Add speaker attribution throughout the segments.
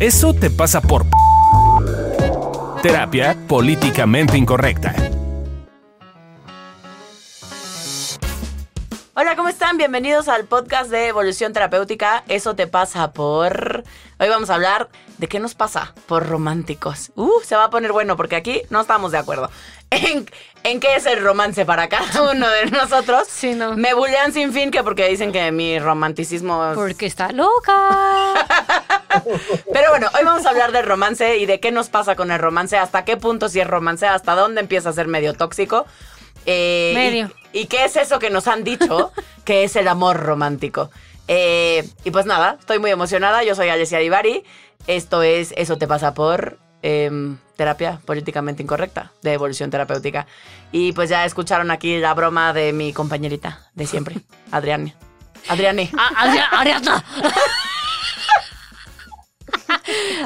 Speaker 1: Eso te pasa por... p- Terapia políticamente incorrecta.
Speaker 2: Hola, ¿cómo están? Bienvenidos al podcast de Evolución Terapéutica. Eso te pasa por... Hoy vamos a hablar de qué nos pasa por románticos. Uh, se va a poner bueno porque aquí no estamos de acuerdo. En, en qué es el romance para cada uno de nosotros.
Speaker 3: Sí, no.
Speaker 2: Me bullean sin fin que porque dicen que mi romanticismo... es-
Speaker 3: Porque está loca.
Speaker 2: Pero bueno, hoy vamos a hablar del romance y de qué nos pasa con el romance, hasta qué punto si es romance, hasta dónde empieza a ser medio tóxico. Eh,
Speaker 3: Medio.
Speaker 2: Y, y qué es eso que nos han dicho que es el amor romántico. Eh, y pues nada, estoy muy emocionada. Yo soy Alessia Divari. Esto es Eso te pasa por em, terapia políticamente incorrecta de evolución terapéutica. Y pues ya escucharon aquí la broma de mi compañerita de siempre, Adriane. Adriane.
Speaker 3: A- Adria- Ariadna.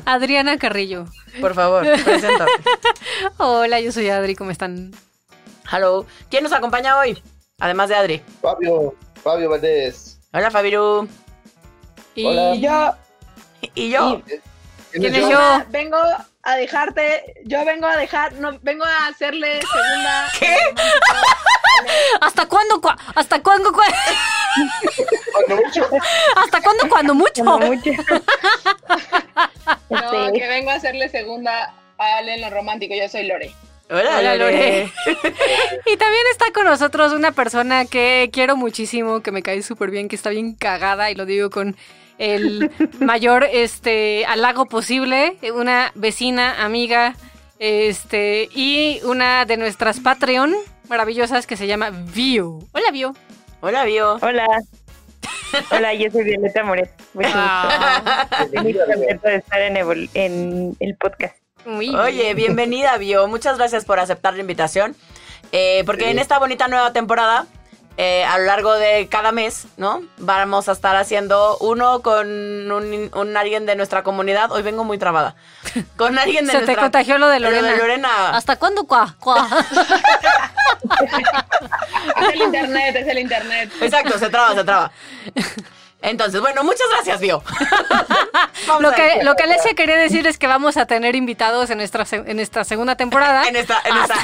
Speaker 3: Adriana Carrillo.
Speaker 2: Por favor, preséntate.
Speaker 3: Hola, yo soy Adri, ¿cómo están?
Speaker 2: Hello. ¿Quién nos acompaña hoy? Además de Adri.
Speaker 4: Fabio, Fabio Valdés.
Speaker 2: Hola, Fabiru.
Speaker 3: Y
Speaker 4: Hola.
Speaker 5: Y yo,
Speaker 2: Y yo.
Speaker 3: ¿Quién es yo?
Speaker 5: Donna, vengo a dejarte, yo vengo a dejar, no, vengo a hacerle segunda.
Speaker 2: ¿Qué?
Speaker 3: ¿Hasta cuándo? cua- ¿Hasta cuándo? cua-
Speaker 4: Cuando mucho,
Speaker 3: ¿Hasta cuándo? Cuando mucho.
Speaker 5: No, que vengo a hacerle segunda a Ale en lo romántico, yo soy Lore.
Speaker 2: Hola,
Speaker 3: Hola, Lore. Y también está con nosotros una persona que quiero muchísimo, que me cae súper bien, que está bien cagada y lo digo con el mayor este halago posible, una vecina, amiga, este y una de nuestras Patreon maravillosas que se llama Vio. Hola Vio.
Speaker 2: Hola, Bio.
Speaker 6: Hola. Hola, yo soy Violeta Moret. Mucho
Speaker 3: Ah.
Speaker 2: Ah.
Speaker 6: gusto. Muy contenta de estar en, Evol- en el podcast.
Speaker 3: Muy bien.
Speaker 2: Oye, bienvenida, Bio. Muchas gracias por aceptar la invitación. Eh, porque
Speaker 4: Sí.
Speaker 2: en esta bonita nueva temporada, eh, a lo largo de cada mes, ¿no? Vamos a estar haciendo uno con un, un alguien de nuestra comunidad. Hoy vengo muy trabada. Con alguien de
Speaker 3: se te
Speaker 2: nuestra-
Speaker 3: contagió lo de
Speaker 2: Lo de
Speaker 3: Lorena.
Speaker 2: Lorena.
Speaker 3: ¿Hasta cuándo? Cua, cua?
Speaker 5: Es el internet, es el internet.
Speaker 2: Exacto, se traba, se traba. Entonces, bueno, muchas gracias, Bio. Vamos
Speaker 3: Lo
Speaker 2: a-
Speaker 3: que, lo que Alessia quería decir es que vamos a tener invitados en, nuestra, se- en esta segunda temporada.
Speaker 2: En esta, en esta.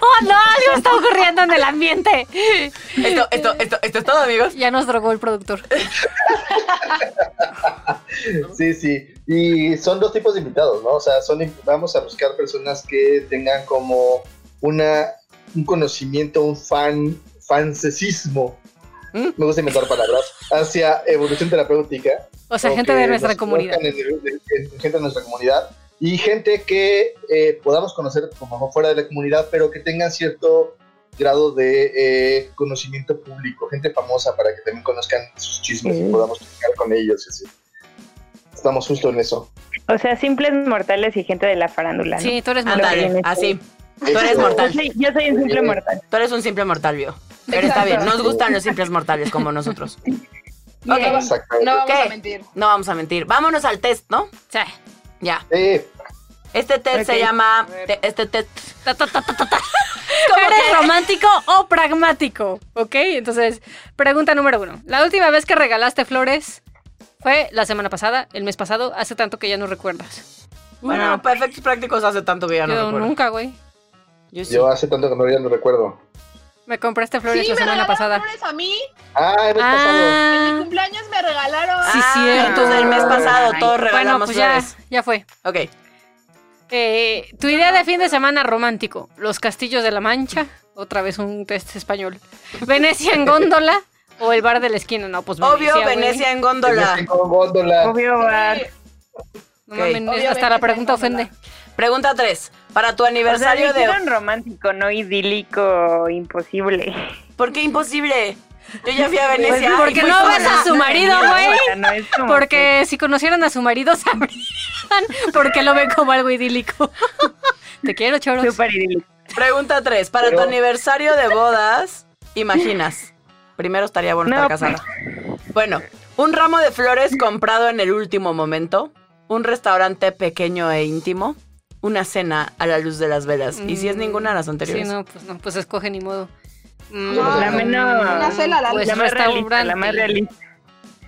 Speaker 3: ¡Oh, no! Algo está ocurriendo en el ambiente.
Speaker 2: Esto, esto, esto, esto es todo, amigos.
Speaker 3: Ya nos drogó el productor.
Speaker 4: sí, sí. Y son dos tipos de invitados, ¿no? O sea, son, vamos a buscar personas que tengan como una, un conocimiento, un fan, fancesismo.
Speaker 2: ¿Mm?
Speaker 4: Me gusta inventar palabras. Hacia evolución terapéutica.
Speaker 3: O sea,
Speaker 4: o
Speaker 3: gente
Speaker 4: que
Speaker 3: de nuestra
Speaker 4: nos
Speaker 3: comunidad.
Speaker 4: conozcan en- en- en- gente de nuestra comunidad y gente que eh, podamos conocer como fuera de la comunidad, pero que tengan cierto grado de eh, conocimiento público, gente famosa para que también conozcan sus chismes y
Speaker 6: Mm.
Speaker 4: podamos platicar con ellos. y así. Estamos justo en eso.
Speaker 6: O sea, simples mortales y gente de la farándula. ¿no?
Speaker 3: Sí, tú eres mortal.
Speaker 2: Ándale,
Speaker 6: Lorena,
Speaker 2: así.
Speaker 4: Eso-
Speaker 2: eres mortal.
Speaker 6: Yo soy, yo soy un simple
Speaker 4: Sí.
Speaker 6: mortal.
Speaker 2: Tú eres un simple mortal, Bio. Pero está bien,
Speaker 5: Exacto.
Speaker 2: nos gustan los simples mortales como nosotros. Ok,
Speaker 4: Exactamente.
Speaker 5: No vamos
Speaker 2: ¿Qué?
Speaker 5: a mentir.
Speaker 2: no vamos a mentir. Vámonos al test, ¿no?
Speaker 3: Sí.
Speaker 2: Ya.
Speaker 4: Eh,
Speaker 2: Este test se
Speaker 6: Ok.
Speaker 2: llama.
Speaker 5: ver.
Speaker 2: te- este test.
Speaker 3: Ta, ta, ta, ta, ta, ta.
Speaker 2: ¿Cómo
Speaker 3: ¿Eres
Speaker 2: que?
Speaker 3: romántico o pragmático? ¿Ok? Entonces, pregunta número uno. La última vez que regalaste flores fue la semana pasada, el mes pasado, hace tanto que ya no recuerdas.
Speaker 2: Bueno, perfectos prácticos hace tanto que ya no
Speaker 3: Yo
Speaker 2: recuerdo.
Speaker 3: nunca, güey.
Speaker 2: Yo sí.
Speaker 4: yo hace tanto que no, ya no recuerdo.
Speaker 3: Me compraste flores
Speaker 5: Sí,
Speaker 3: la
Speaker 5: me
Speaker 3: semana
Speaker 5: regalaron
Speaker 3: pasada.
Speaker 5: flores a mí.
Speaker 4: Ah, el mes pasado.
Speaker 5: En mi
Speaker 3: Ah,
Speaker 5: cumpleaños me regalaron.
Speaker 3: Sí,
Speaker 2: Ah,
Speaker 3: cierto.
Speaker 2: Entonces el mes pasado
Speaker 6: Ay.
Speaker 2: todos
Speaker 3: bueno,
Speaker 2: regalamos
Speaker 3: pues ya,
Speaker 2: flores.
Speaker 3: ya fue.
Speaker 2: Ok.
Speaker 3: Eh, tu idea de fin de semana romántico. Los castillos de la Mancha. Otra vez un test español. Venecia en góndola o el bar de la esquina. No, pues
Speaker 2: Obvio,
Speaker 3: güey.
Speaker 2: Venecia en
Speaker 4: Tenías
Speaker 2: góndola.
Speaker 4: que con góndola.
Speaker 6: Obvio, ah, va.
Speaker 5: Sí,
Speaker 3: No mames,
Speaker 2: Ok.
Speaker 5: Obvio,
Speaker 3: hasta la
Speaker 5: Venecia
Speaker 3: pregunta
Speaker 5: en góndola.
Speaker 3: ofende.
Speaker 2: Pregunta 3. Para tu
Speaker 6: O sea,
Speaker 2: aniversario de.
Speaker 6: dijeron romántico, no idílico, imposible.
Speaker 2: ¿Por qué imposible? Yo ya fui a Venecia.
Speaker 3: Pues porque
Speaker 2: y fui
Speaker 3: no
Speaker 2: sola.
Speaker 3: vas a su marido,
Speaker 6: No,
Speaker 3: güey.
Speaker 6: o sea, no es como que-
Speaker 3: Porque si conocieran a su marido sabrían por qué lo ven como algo idílico. Te quiero, choros.
Speaker 6: Súper idílico.
Speaker 2: Pregunta 3. Para tu
Speaker 4: Pero-
Speaker 2: aniversario de bodas, imaginas. Primero estaría bueno
Speaker 6: No,
Speaker 2: estar casada.
Speaker 3: pues-
Speaker 2: Bueno, un ramo de flores comprado en el último momento, un restaurante pequeño e íntimo, una cena a la luz de las velas. Y si es
Speaker 3: Mm,
Speaker 2: ninguna de las
Speaker 3: Sí,
Speaker 2: anteriores.
Speaker 3: no, pues no, pues escoge ni modo.
Speaker 5: No,
Speaker 4: la
Speaker 6: menos-
Speaker 5: una cela a la
Speaker 3: pues
Speaker 5: luz.
Speaker 6: la más realista,
Speaker 3: restaurante.
Speaker 6: la más realista.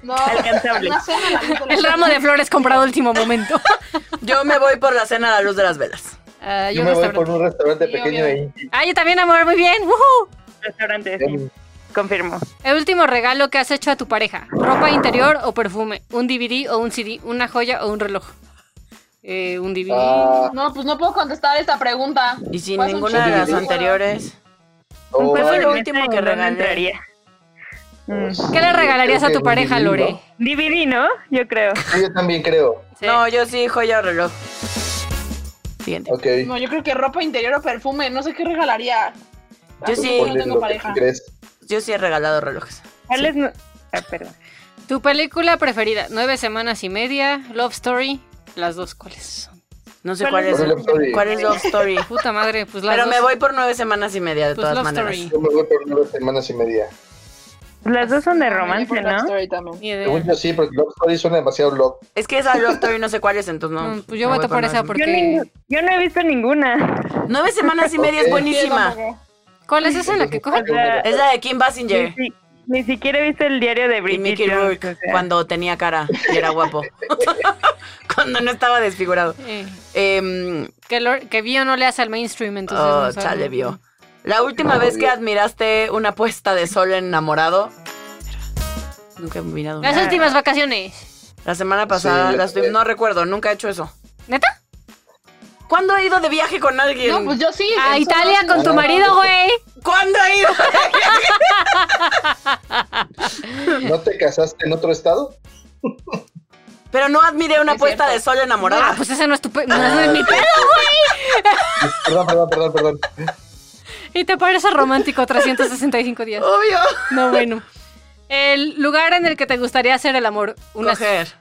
Speaker 5: No,
Speaker 6: Alcanzable.
Speaker 5: una cena a la luz de la-
Speaker 3: El ramo de flores comprado a último momento.
Speaker 2: Yo me voy por la cena a la luz de las velas.
Speaker 3: Ah,
Speaker 4: Yo
Speaker 3: un
Speaker 4: me voy
Speaker 3: restaurante.
Speaker 4: por un restaurante
Speaker 5: Sí,
Speaker 4: pequeño
Speaker 5: obvio.
Speaker 4: e íntimo.
Speaker 3: Ah, yo también, amor, muy bien. ¡Woohoo!
Speaker 6: Restaurante, sí. Confirmo.
Speaker 3: El último regalo que has hecho a tu pareja. Ropa interior o perfume. Un DVD o un CD. Una joya o un reloj. Eh, un DVD.
Speaker 4: Ah,
Speaker 5: No, pues no puedo contestar esta pregunta.
Speaker 2: Y sin
Speaker 5: Fue hace un
Speaker 2: ninguna de
Speaker 5: chingo
Speaker 2: las
Speaker 4: Sí.
Speaker 2: anteriores.
Speaker 4: o
Speaker 2: fue
Speaker 6: Un
Speaker 2: lo
Speaker 6: juego de
Speaker 4: varios,
Speaker 6: mesa
Speaker 2: último
Speaker 6: en
Speaker 2: que
Speaker 6: donde
Speaker 2: regalé.
Speaker 6: entraría. Mm.
Speaker 4: pues,
Speaker 3: ¿Qué le regalarías
Speaker 4: creo
Speaker 3: a tu
Speaker 4: que
Speaker 3: pareja,
Speaker 4: un
Speaker 3: Lore?
Speaker 4: libro.
Speaker 6: DVD, ¿no? Yo creo.
Speaker 4: Sí, Ah, yo también creo.
Speaker 3: Sí.
Speaker 2: No, yo sí, joya o reloj. Siguiente.
Speaker 4: Ok.
Speaker 5: No, yo creo que ropa interior o perfume. No sé qué regalaría.
Speaker 2: Yo sí,
Speaker 5: No
Speaker 4: Ponle
Speaker 5: tengo
Speaker 4: lo que
Speaker 5: pareja.
Speaker 4: tú crees.
Speaker 2: Yo sí he regalado relojes.
Speaker 6: ¿Cuál es nu- Ah, perdón.
Speaker 3: ¿Tu película preferida? Nueve semanas y media. Love Story. Las dos, ¿cuáles son?
Speaker 2: No sé cuál
Speaker 6: ¿Cuál
Speaker 2: es,
Speaker 6: es
Speaker 4: Love Story?
Speaker 2: cuál es Love Story.
Speaker 3: Puta madre, pues las
Speaker 2: Pero
Speaker 3: dos.
Speaker 2: me voy por nueve semanas y media, de
Speaker 3: Pues
Speaker 2: todas
Speaker 3: Love
Speaker 2: maneras.
Speaker 3: Story.
Speaker 4: Yo me voy por nueve semanas y media.
Speaker 6: Las dos son de romance,
Speaker 5: Yo creo que
Speaker 6: ¿no?
Speaker 5: Story también.
Speaker 3: Ni idea.
Speaker 4: Según yo sí, porque Love Story suena demasiado loco.
Speaker 2: Es que esa Love Story no sé cuál es, entonces no.
Speaker 3: No, pues yo
Speaker 2: me
Speaker 3: voto por esa
Speaker 2: nueve
Speaker 6: Yo,
Speaker 3: Porque-
Speaker 6: ningú- yo no he visto ninguna.
Speaker 2: semanas. Nueve semanas y media es
Speaker 4: Ok.
Speaker 2: buenísima.
Speaker 3: ¿Cuál es esa en la que cogen?
Speaker 2: Es la de Kim Basinger
Speaker 6: Ni, si- ni siquiera he visto el diario de
Speaker 2: y
Speaker 6: Bridget
Speaker 2: Mickey
Speaker 6: Jones,
Speaker 2: Rourke
Speaker 6: o sea.
Speaker 2: cuando tenía cara y era guapo. cuando no estaba desfigurado.
Speaker 3: Eh,
Speaker 2: Em,
Speaker 3: que, Lore- que Bio no le hace al mainstream, entonces.
Speaker 2: oh,
Speaker 3: no sabe.
Speaker 2: chale, vio. La última vez que
Speaker 4: Dios.
Speaker 2: admiraste una puesta de sol enamorado. Nunca he mirado una.
Speaker 3: Las últimas vacaciones.
Speaker 2: La semana pasada,
Speaker 4: Sí, yo
Speaker 2: las tu-
Speaker 4: también.
Speaker 2: no recuerdo, nunca he hecho eso.
Speaker 3: ¿Neta?
Speaker 2: ¿Cuándo he ido de viaje con alguien?
Speaker 5: No, pues yo sí.
Speaker 3: A
Speaker 5: eso
Speaker 3: Ah, Italia
Speaker 5: no sé.
Speaker 3: con tu marido, güey.
Speaker 2: ¿Cuándo he ido?
Speaker 4: ¿No te casaste en otro estado?
Speaker 2: Pero no admiré una
Speaker 5: Es
Speaker 2: puesta
Speaker 5: cierto.
Speaker 2: de sol
Speaker 3: Ah,
Speaker 2: enamorada.
Speaker 3: pues ese no es tu pe- no, no es
Speaker 4: Ah.
Speaker 3: mi pedo.
Speaker 4: Perdón, perdón, perdón, perdón.
Speaker 3: Y te parece romántico 365 días.
Speaker 2: Obvio.
Speaker 3: No, bueno. El lugar en el que te gustaría hacer el amor. Una,
Speaker 2: Coger.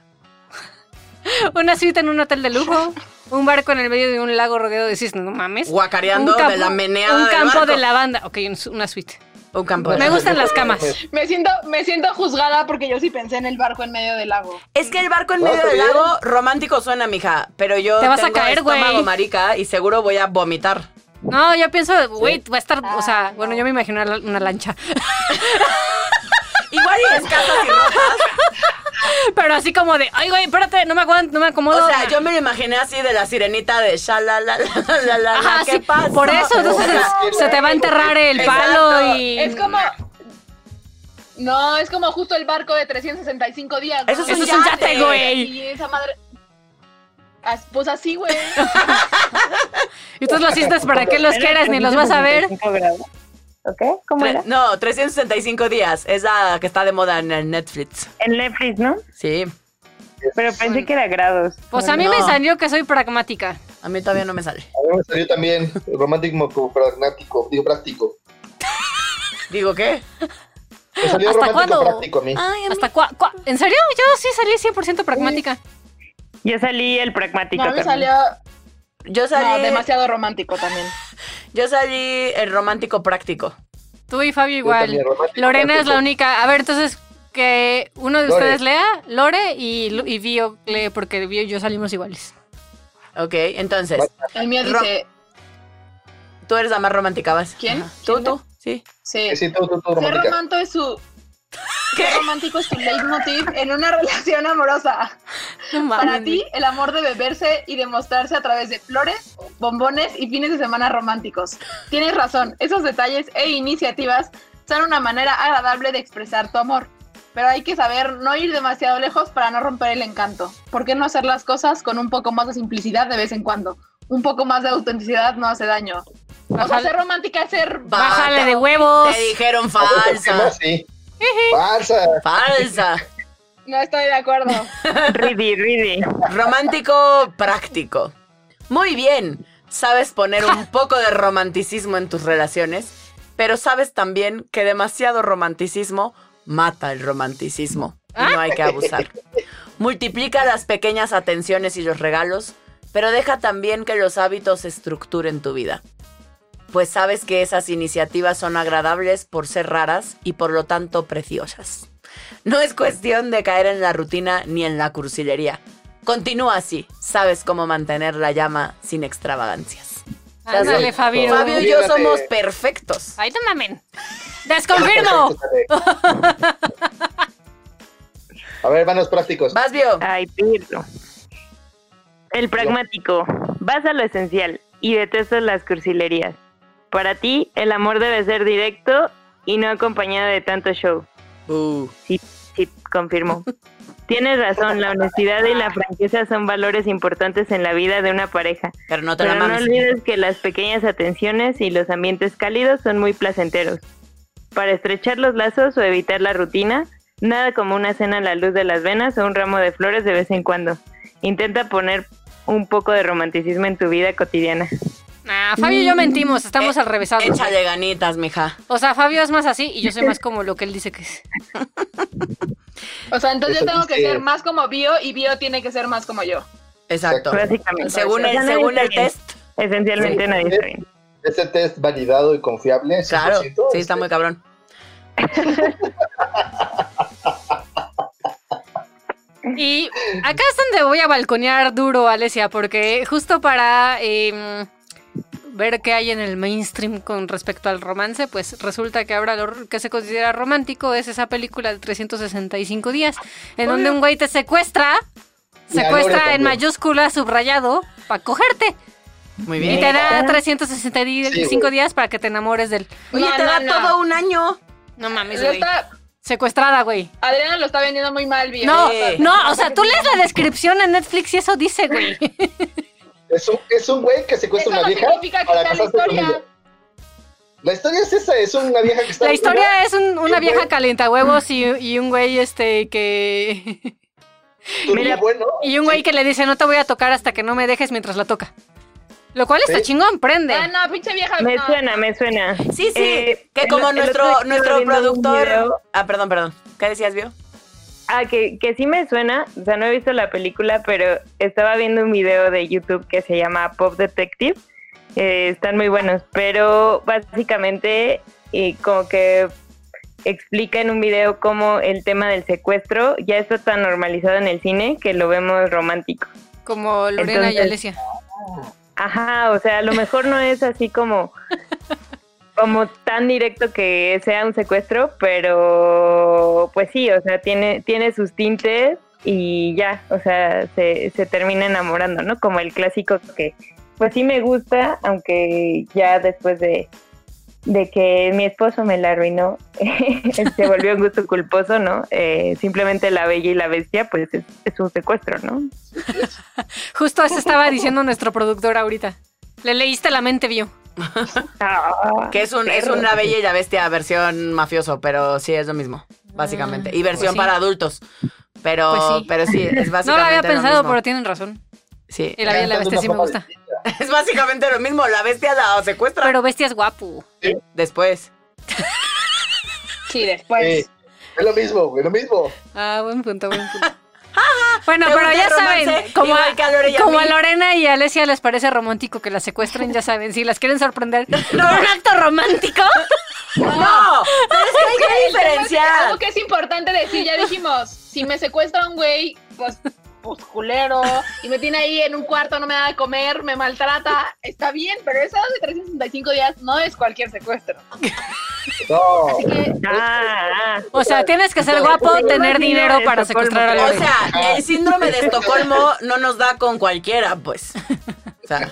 Speaker 3: una suite en un hotel de lujo. Un barco en el medio de un lago rodeado de cisnes. No mames.
Speaker 2: Guacareando
Speaker 3: Un campo-
Speaker 2: de la meneada
Speaker 3: Un
Speaker 2: del
Speaker 3: campo
Speaker 2: barco.
Speaker 3: de lavanda. Ok, un su- una suite.
Speaker 2: Un campo de
Speaker 3: Me
Speaker 2: la-
Speaker 3: gustan las camas.
Speaker 4: Este,
Speaker 5: Me siento, me siento juzgada porque yo sí pensé en el barco en medio del lago.
Speaker 2: Es que el barco en medio
Speaker 4: Ah,
Speaker 2: del
Speaker 4: bien.
Speaker 2: lago romántico suena, mija. Pero yo
Speaker 3: Te vas a
Speaker 2: tengo
Speaker 3: caer,
Speaker 2: estómago
Speaker 3: güey.
Speaker 2: marica y seguro voy a vomitar.
Speaker 3: No, yo pienso, güey, va a estar, o sea,
Speaker 5: Ah,
Speaker 3: bueno,
Speaker 5: no.
Speaker 3: yo me imagino una, la- una lancha.
Speaker 2: Igual y escasas y rojas.
Speaker 3: Pero así como de, ay, güey, espérate, no me aguanto, no me acomodo.
Speaker 2: O sea, yo me lo imaginé así de la sirenita de shala la la la la la.
Speaker 3: Ajá,
Speaker 2: ¿Qué
Speaker 3: sí,
Speaker 2: pasa?
Speaker 3: por eso, entonces
Speaker 2: O sea,
Speaker 3: se te va a enterrar el
Speaker 2: Exacto.
Speaker 3: palo y...
Speaker 5: Es como. No, es como justo el barco de 365 días. ¿no?
Speaker 2: Eso es un
Speaker 5: Y
Speaker 2: Eso es un yate,
Speaker 3: yate, güey.
Speaker 5: Y esa madre. As- Pues así, güey.
Speaker 3: Y todos los cisnes, ¿para qué los quieras? Ni los vas a ver.
Speaker 6: 365 grados. ¿Ok? ¿Cómo
Speaker 2: tre-
Speaker 6: era?
Speaker 2: No, 365 días. Es la que está de moda en el Netflix.
Speaker 6: En Netflix, ¿no?
Speaker 2: Sí.
Speaker 6: Pero pensé que era grados.
Speaker 3: Pues a mí
Speaker 2: No.
Speaker 3: me salió que soy pragmática.
Speaker 2: A mí todavía no me sale.
Speaker 4: A mí me salió también romántico como pragmático, digo práctico.
Speaker 2: Digo, ¿qué?
Speaker 4: Me salió
Speaker 3: ¿Hasta
Speaker 4: romántico
Speaker 3: cuándo? Ah,
Speaker 4: práctico a mí.
Speaker 3: Hasta cua, cua- ¿En serio? Yo sí salí 100% pragmática.
Speaker 6: Yo salí el pragmático
Speaker 5: No, me
Speaker 6: también.
Speaker 5: salió
Speaker 2: Yo
Speaker 5: no,
Speaker 2: salí,
Speaker 5: demasiado romántico también.
Speaker 2: yo salí el romántico práctico.
Speaker 3: Tú y Fabio
Speaker 4: Yo
Speaker 3: igual.
Speaker 4: también, romántico,
Speaker 3: Lorena es la
Speaker 4: práctico.
Speaker 3: única. A ver, entonces, que uno de
Speaker 4: Lore.
Speaker 3: ustedes lea, Lore y, Lu- y Bio lee, porque Bio y yo salimos iguales.
Speaker 2: Ok, entonces,
Speaker 5: El mío
Speaker 2: Ro-
Speaker 5: dice.
Speaker 2: tú eres la más romántica, ¿vas?
Speaker 5: ¿Quién?
Speaker 2: Ajá. ¿Tú,
Speaker 5: ¿Quién?
Speaker 2: tú? Sí.
Speaker 5: Sí.
Speaker 4: Sí, sí, todo, todo, todo
Speaker 5: Ser
Speaker 4: romántica.
Speaker 5: romántico es su.
Speaker 2: ¿Qué?
Speaker 5: Ser romántico es tu leitmotiv en una relación amorosa.
Speaker 3: No
Speaker 5: Para
Speaker 3: mames.
Speaker 5: ti, el amor debe verse y demostrarse a través de flores, bombones y fines de semana románticos. Tienes razón, esos detalles e iniciativas son una manera agradable de expresar tu amor. Pero hay que saber no ir demasiado lejos para no romper el encanto. ¿Por qué no hacer las cosas con un poco más de simplicidad de vez en cuando? Un poco más de autenticidad no hace daño. O sea,
Speaker 3: Bájale-
Speaker 5: ser romántica es ser...
Speaker 3: Bájale de
Speaker 2: Bata.
Speaker 3: huevos.
Speaker 2: Te dijeron
Speaker 4: A ver, ¿por qué no?
Speaker 2: falsa.
Speaker 4: Sí. Falsa.
Speaker 2: Falsa.
Speaker 5: No estoy de acuerdo.
Speaker 6: Ridi, Ridi.
Speaker 2: Romántico práctico. Muy bien. Sabes poner un poco de romanticismo en tus relaciones, pero sabes también que demasiado romanticismo mata el romanticismo. Y no hay que abusar. Multiplica las pequeñas atenciones y los regalos, pero deja también que los hábitos estructuren tu vida. Pues sabes que esas iniciativas son agradables por ser raras y por lo tanto preciosas. No es cuestión de caer en la rutina ni en la cursilería. Continúa así, sabes cómo mantener la llama sin extravagancias.
Speaker 3: Ándale,
Speaker 4: Gracias.
Speaker 3: Fabio.
Speaker 2: Fabio y yo
Speaker 4: Olvídate.
Speaker 2: somos perfectos.
Speaker 3: Ay, no mamen. Desconfirmo.
Speaker 4: Perfecto, sale. A ver, van los prácticos.
Speaker 2: Vas, Bio.
Speaker 6: Ay, Pirro. El pragmático. Vas a lo esencial y detestas las cursilerías. Para ti, el amor debe ser directo y no acompañado de tanto show.
Speaker 2: Uh,
Speaker 6: Sí, sí, confirmo. Tienes razón, la honestidad y la franqueza son valores importantes en la vida de una pareja.
Speaker 2: pero no te
Speaker 6: Pero
Speaker 2: la
Speaker 6: no
Speaker 2: mames.
Speaker 6: olvides que las pequeñas atenciones y los ambientes cálidos son muy placenteros. Para estrechar los lazos o evitar la rutina, nada como una cena a la luz de las venas o un ramo de flores de vez en cuando. Intenta poner un poco de romanticismo en tu vida cotidiana.
Speaker 3: Ah, Fabio y yo mentimos, estamos al revesados.
Speaker 2: Eh, Échale ganitas, mija.
Speaker 3: O sea, Fabio es más así y yo soy más como lo que él dice que es.
Speaker 5: O sea, entonces
Speaker 4: Eso
Speaker 5: yo tengo que
Speaker 4: dice-
Speaker 5: ser más como Bio y Bio tiene que ser más como yo.
Speaker 2: Exacto.
Speaker 6: Básicamente.
Speaker 2: Según
Speaker 6: O sea,
Speaker 2: el,
Speaker 6: nadie
Speaker 2: según
Speaker 6: está
Speaker 2: el
Speaker 6: bien.
Speaker 2: test.
Speaker 6: Esencialmente
Speaker 4: Sí.
Speaker 6: nadie está bien.
Speaker 4: Este test validado y confiable. 100%,
Speaker 2: Claro. Sí,
Speaker 4: este,
Speaker 2: está muy cabrón.
Speaker 3: Y acá es donde voy a balconear duro, Alesia, porque justo para em, ver qué hay en el mainstream con respecto al romance, pues resulta que ahora lo que se considera romántico es esa película de 365 días, en donde un güey te secuestra,
Speaker 4: Y a Lore
Speaker 3: secuestra en
Speaker 4: también.
Speaker 3: mayúscula subrayado para cogerte
Speaker 2: Muy
Speaker 3: y
Speaker 2: bien.
Speaker 3: te da
Speaker 6: Neta.
Speaker 3: 365
Speaker 4: Sí, güey.
Speaker 3: días para que te enamores del...
Speaker 2: Oye,
Speaker 5: No,
Speaker 2: te
Speaker 5: no,
Speaker 2: da
Speaker 5: no.
Speaker 2: todo un año.
Speaker 3: No mames,
Speaker 5: Lo
Speaker 3: güey.
Speaker 5: está-
Speaker 3: Secuestrada, güey.
Speaker 5: Adriana lo está vendiendo muy mal, Bio.
Speaker 3: No,
Speaker 2: Sí.
Speaker 3: no, o sea, tú lees la descripción en Netflix y eso dice, güey.
Speaker 4: Es un, es un güey que
Speaker 5: Eso
Speaker 4: secuestra
Speaker 5: no
Speaker 4: una vieja
Speaker 5: significa que
Speaker 4: para
Speaker 5: sea la
Speaker 4: casarse con ella.
Speaker 5: historia.
Speaker 4: La historia es esa, es una vieja que está...
Speaker 3: La historia es un- una
Speaker 4: Sí,
Speaker 3: vieja
Speaker 4: güey.
Speaker 3: calienta huevos y, y un güey este que
Speaker 4: Tú,
Speaker 6: mira,
Speaker 4: bueno,
Speaker 3: y un güey que le dice no te voy a tocar hasta que no me dejes mientras la toca. Lo cual está
Speaker 4: Sí.
Speaker 3: chingón, prende.
Speaker 5: Ah, no, pinche vieja.
Speaker 6: Me
Speaker 5: no.
Speaker 6: suena, me suena.
Speaker 2: Sí, sí.
Speaker 6: Eh,
Speaker 2: que
Speaker 6: el-
Speaker 2: como
Speaker 6: el otro día
Speaker 2: nuestro,
Speaker 6: estaba
Speaker 2: nuestro
Speaker 6: viendo un video-
Speaker 2: productor. Ah, perdón, perdón. ¿Qué decías, Bio?
Speaker 6: Ah, que, que sí me suena, o sea, no he visto la película, pero estaba viendo un video de YouTube que se llama Pop Detective. Eh, están muy buenos, pero básicamente eh, como que explica en un video cómo el tema del secuestro ya está tan normalizado en el cine que lo vemos romántico.
Speaker 3: Como Lorena y
Speaker 6: Entonces-
Speaker 3: Alesia.
Speaker 6: Ajá, o sea, a lo mejor no es así como, como tan directo que sea un secuestro, pero pues sí, o sea, tiene, tiene sus tintes y ya, o sea, se, se termina enamorando, ¿no? Como el clásico que pues sí me gusta, aunque ya después de, de que mi esposo me la arruinó, se volvió un gusto culposo, ¿no? Eh, simplemente la bella y la bestia, pues es, es un secuestro, ¿no?
Speaker 3: Justo eso estaba diciendo nuestro productor ahorita. Le leíste la mente, vio.
Speaker 6: Ah,
Speaker 2: Que es, un, es
Speaker 6: perro.
Speaker 2: una bella y la bestia versión mafioso, pero sí es lo mismo, básicamente.
Speaker 6: Ah, pues
Speaker 2: Y versión
Speaker 3: sí.
Speaker 2: para adultos. Pero,
Speaker 3: Pues sí.
Speaker 2: pero sí, es básicamente.
Speaker 3: No lo había pensado,
Speaker 2: mismo.
Speaker 3: pero tienen razón.
Speaker 2: Sí.
Speaker 3: Y la vida y la
Speaker 4: cantan de
Speaker 3: bestia
Speaker 4: una
Speaker 3: sí me
Speaker 4: forma
Speaker 3: gusta.
Speaker 4: distinta.
Speaker 2: Es básicamente lo mismo. La bestia la secuestra
Speaker 3: Pero bestia es guapo.
Speaker 2: después.
Speaker 5: Sí, después.
Speaker 4: Sí, es lo mismo, güey, lo mismo.
Speaker 3: Ah, buen punto, buen punto. Bueno,
Speaker 2: ¿Te
Speaker 3: pero
Speaker 2: gusta
Speaker 3: ya
Speaker 2: el romance?
Speaker 3: saben, como,
Speaker 2: Igual que a Lore y a
Speaker 3: como
Speaker 2: mí.
Speaker 3: a Lorena y a Alesia les parece romántico que las secuestren, ya saben, si las quieren sorprender con un acto romántico,
Speaker 2: ¡No! ¿Sabes qué hay que
Speaker 5: El tema es que
Speaker 2: diferenciar?
Speaker 5: Algo que es importante decir, ya dijimos, si me secuestra un güey, pues, pues culero, y me tiene ahí en un cuarto, no me da de comer, me maltrata, está bien, pero esa de 365 días no es cualquier secuestro.
Speaker 4: No,
Speaker 5: Así que
Speaker 6: Ah, ah.
Speaker 3: o sea, tienes que ser guapo,
Speaker 6: Yo
Speaker 3: tener
Speaker 6: imagino
Speaker 3: dinero
Speaker 6: eso,
Speaker 3: para secuestrar a
Speaker 6: colmo.
Speaker 2: O
Speaker 3: Lorena.
Speaker 2: sea, el síndrome de Estocolmo no nos da con cualquiera, pues. O sea,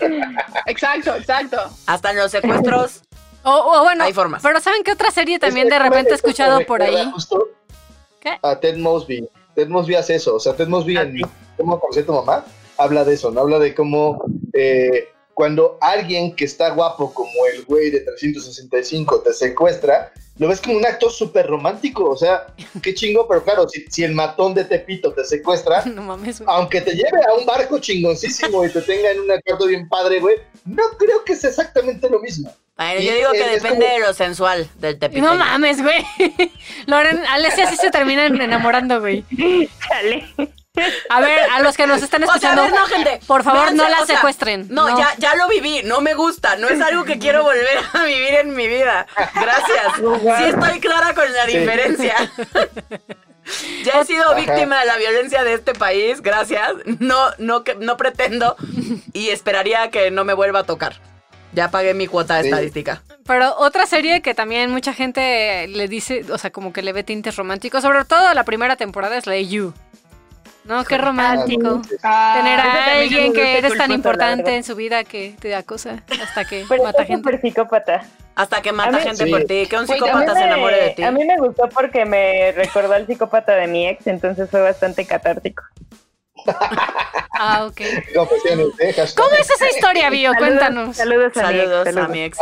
Speaker 5: Exacto, exacto.
Speaker 2: hasta en los secuestros.
Speaker 3: O, o bueno,
Speaker 2: hay formas.
Speaker 3: pero ¿saben qué otra serie también
Speaker 4: Es que
Speaker 3: de repente he
Speaker 4: esto me
Speaker 3: escuchado por
Speaker 4: recuerda
Speaker 3: ahí?
Speaker 4: justo
Speaker 3: ¿Qué?
Speaker 4: A Ted Mosby. Ted Mosby hace eso. O sea, Ted Mosby
Speaker 6: Ah,
Speaker 4: en
Speaker 6: sí.
Speaker 4: ¿Cómo conocí a tu mamá? Habla de eso, ¿no? Habla de cómo eh, cuando alguien que está guapo como el güey de 365 te secuestra, lo ves como un acto súper romántico. O sea, qué chingo, pero claro, si, si el matón de Tepito te secuestra,
Speaker 3: No mames, güey.
Speaker 4: aunque te lleve a un barco chingoncísimo y te tenga en un acuerdo bien padre, güey, no creo que sea exactamente lo mismo.
Speaker 2: Bueno, yo digo que
Speaker 4: Es- es
Speaker 2: depende
Speaker 4: como-
Speaker 2: de lo sensual del tepito.
Speaker 3: No mames, güey. Lorena, Alesia sí se terminan enamorando, güey.
Speaker 6: Chale.
Speaker 3: A ver, a los que nos están
Speaker 2: O sea,
Speaker 3: escuchando,
Speaker 2: a ver, no, gente.
Speaker 3: por favor,
Speaker 2: véanse,
Speaker 3: no la
Speaker 2: o sea,
Speaker 3: secuestren.
Speaker 2: No, Ya, ya lo viví, no me gusta, no es algo que quiero volver a vivir en mi vida. Gracias. Sí estoy clara con la
Speaker 4: Sí.
Speaker 2: diferencia. Ya he sido
Speaker 4: Ajá.
Speaker 2: víctima de la violencia de este país, gracias. No, no, que- no pretendo y esperaría que no me vuelva a tocar. Ya pagué mi cuota de
Speaker 4: Sí.
Speaker 2: estadística.
Speaker 3: Pero otra serie que también mucha gente le dice, o sea, como que le ve tintes románticos, sobre todo la primera temporada es la de You. ¿No? Qué romántico. Tener
Speaker 6: esa
Speaker 3: a
Speaker 6: también es
Speaker 3: alguien
Speaker 6: un
Speaker 3: que
Speaker 6: gusto
Speaker 3: eres tan
Speaker 6: culposo, la
Speaker 3: importante
Speaker 6: verdad.
Speaker 3: en su vida que te da cosa hasta que
Speaker 6: Pero
Speaker 3: mata
Speaker 6: está
Speaker 3: gente.
Speaker 6: Pues súper psicópata.
Speaker 2: Hasta que mata
Speaker 6: mí-
Speaker 2: gente
Speaker 4: Sí.
Speaker 2: por ti. Que un
Speaker 5: Güey, a mí
Speaker 2: psicópata se enamore de ti.
Speaker 6: A mí me gustó porque me recordó al psicópata de mi ex, entonces fue bastante catártico.
Speaker 3: Ah, ok.
Speaker 4: Confesiones, ¿eh? Hashtag.
Speaker 3: ¿Cómo es esa historia, Bio?
Speaker 6: Saludos-
Speaker 3: Cuéntanos.
Speaker 6: Saludos, a mi ex,
Speaker 2: Saludos a
Speaker 6: saludos.
Speaker 2: mi ex.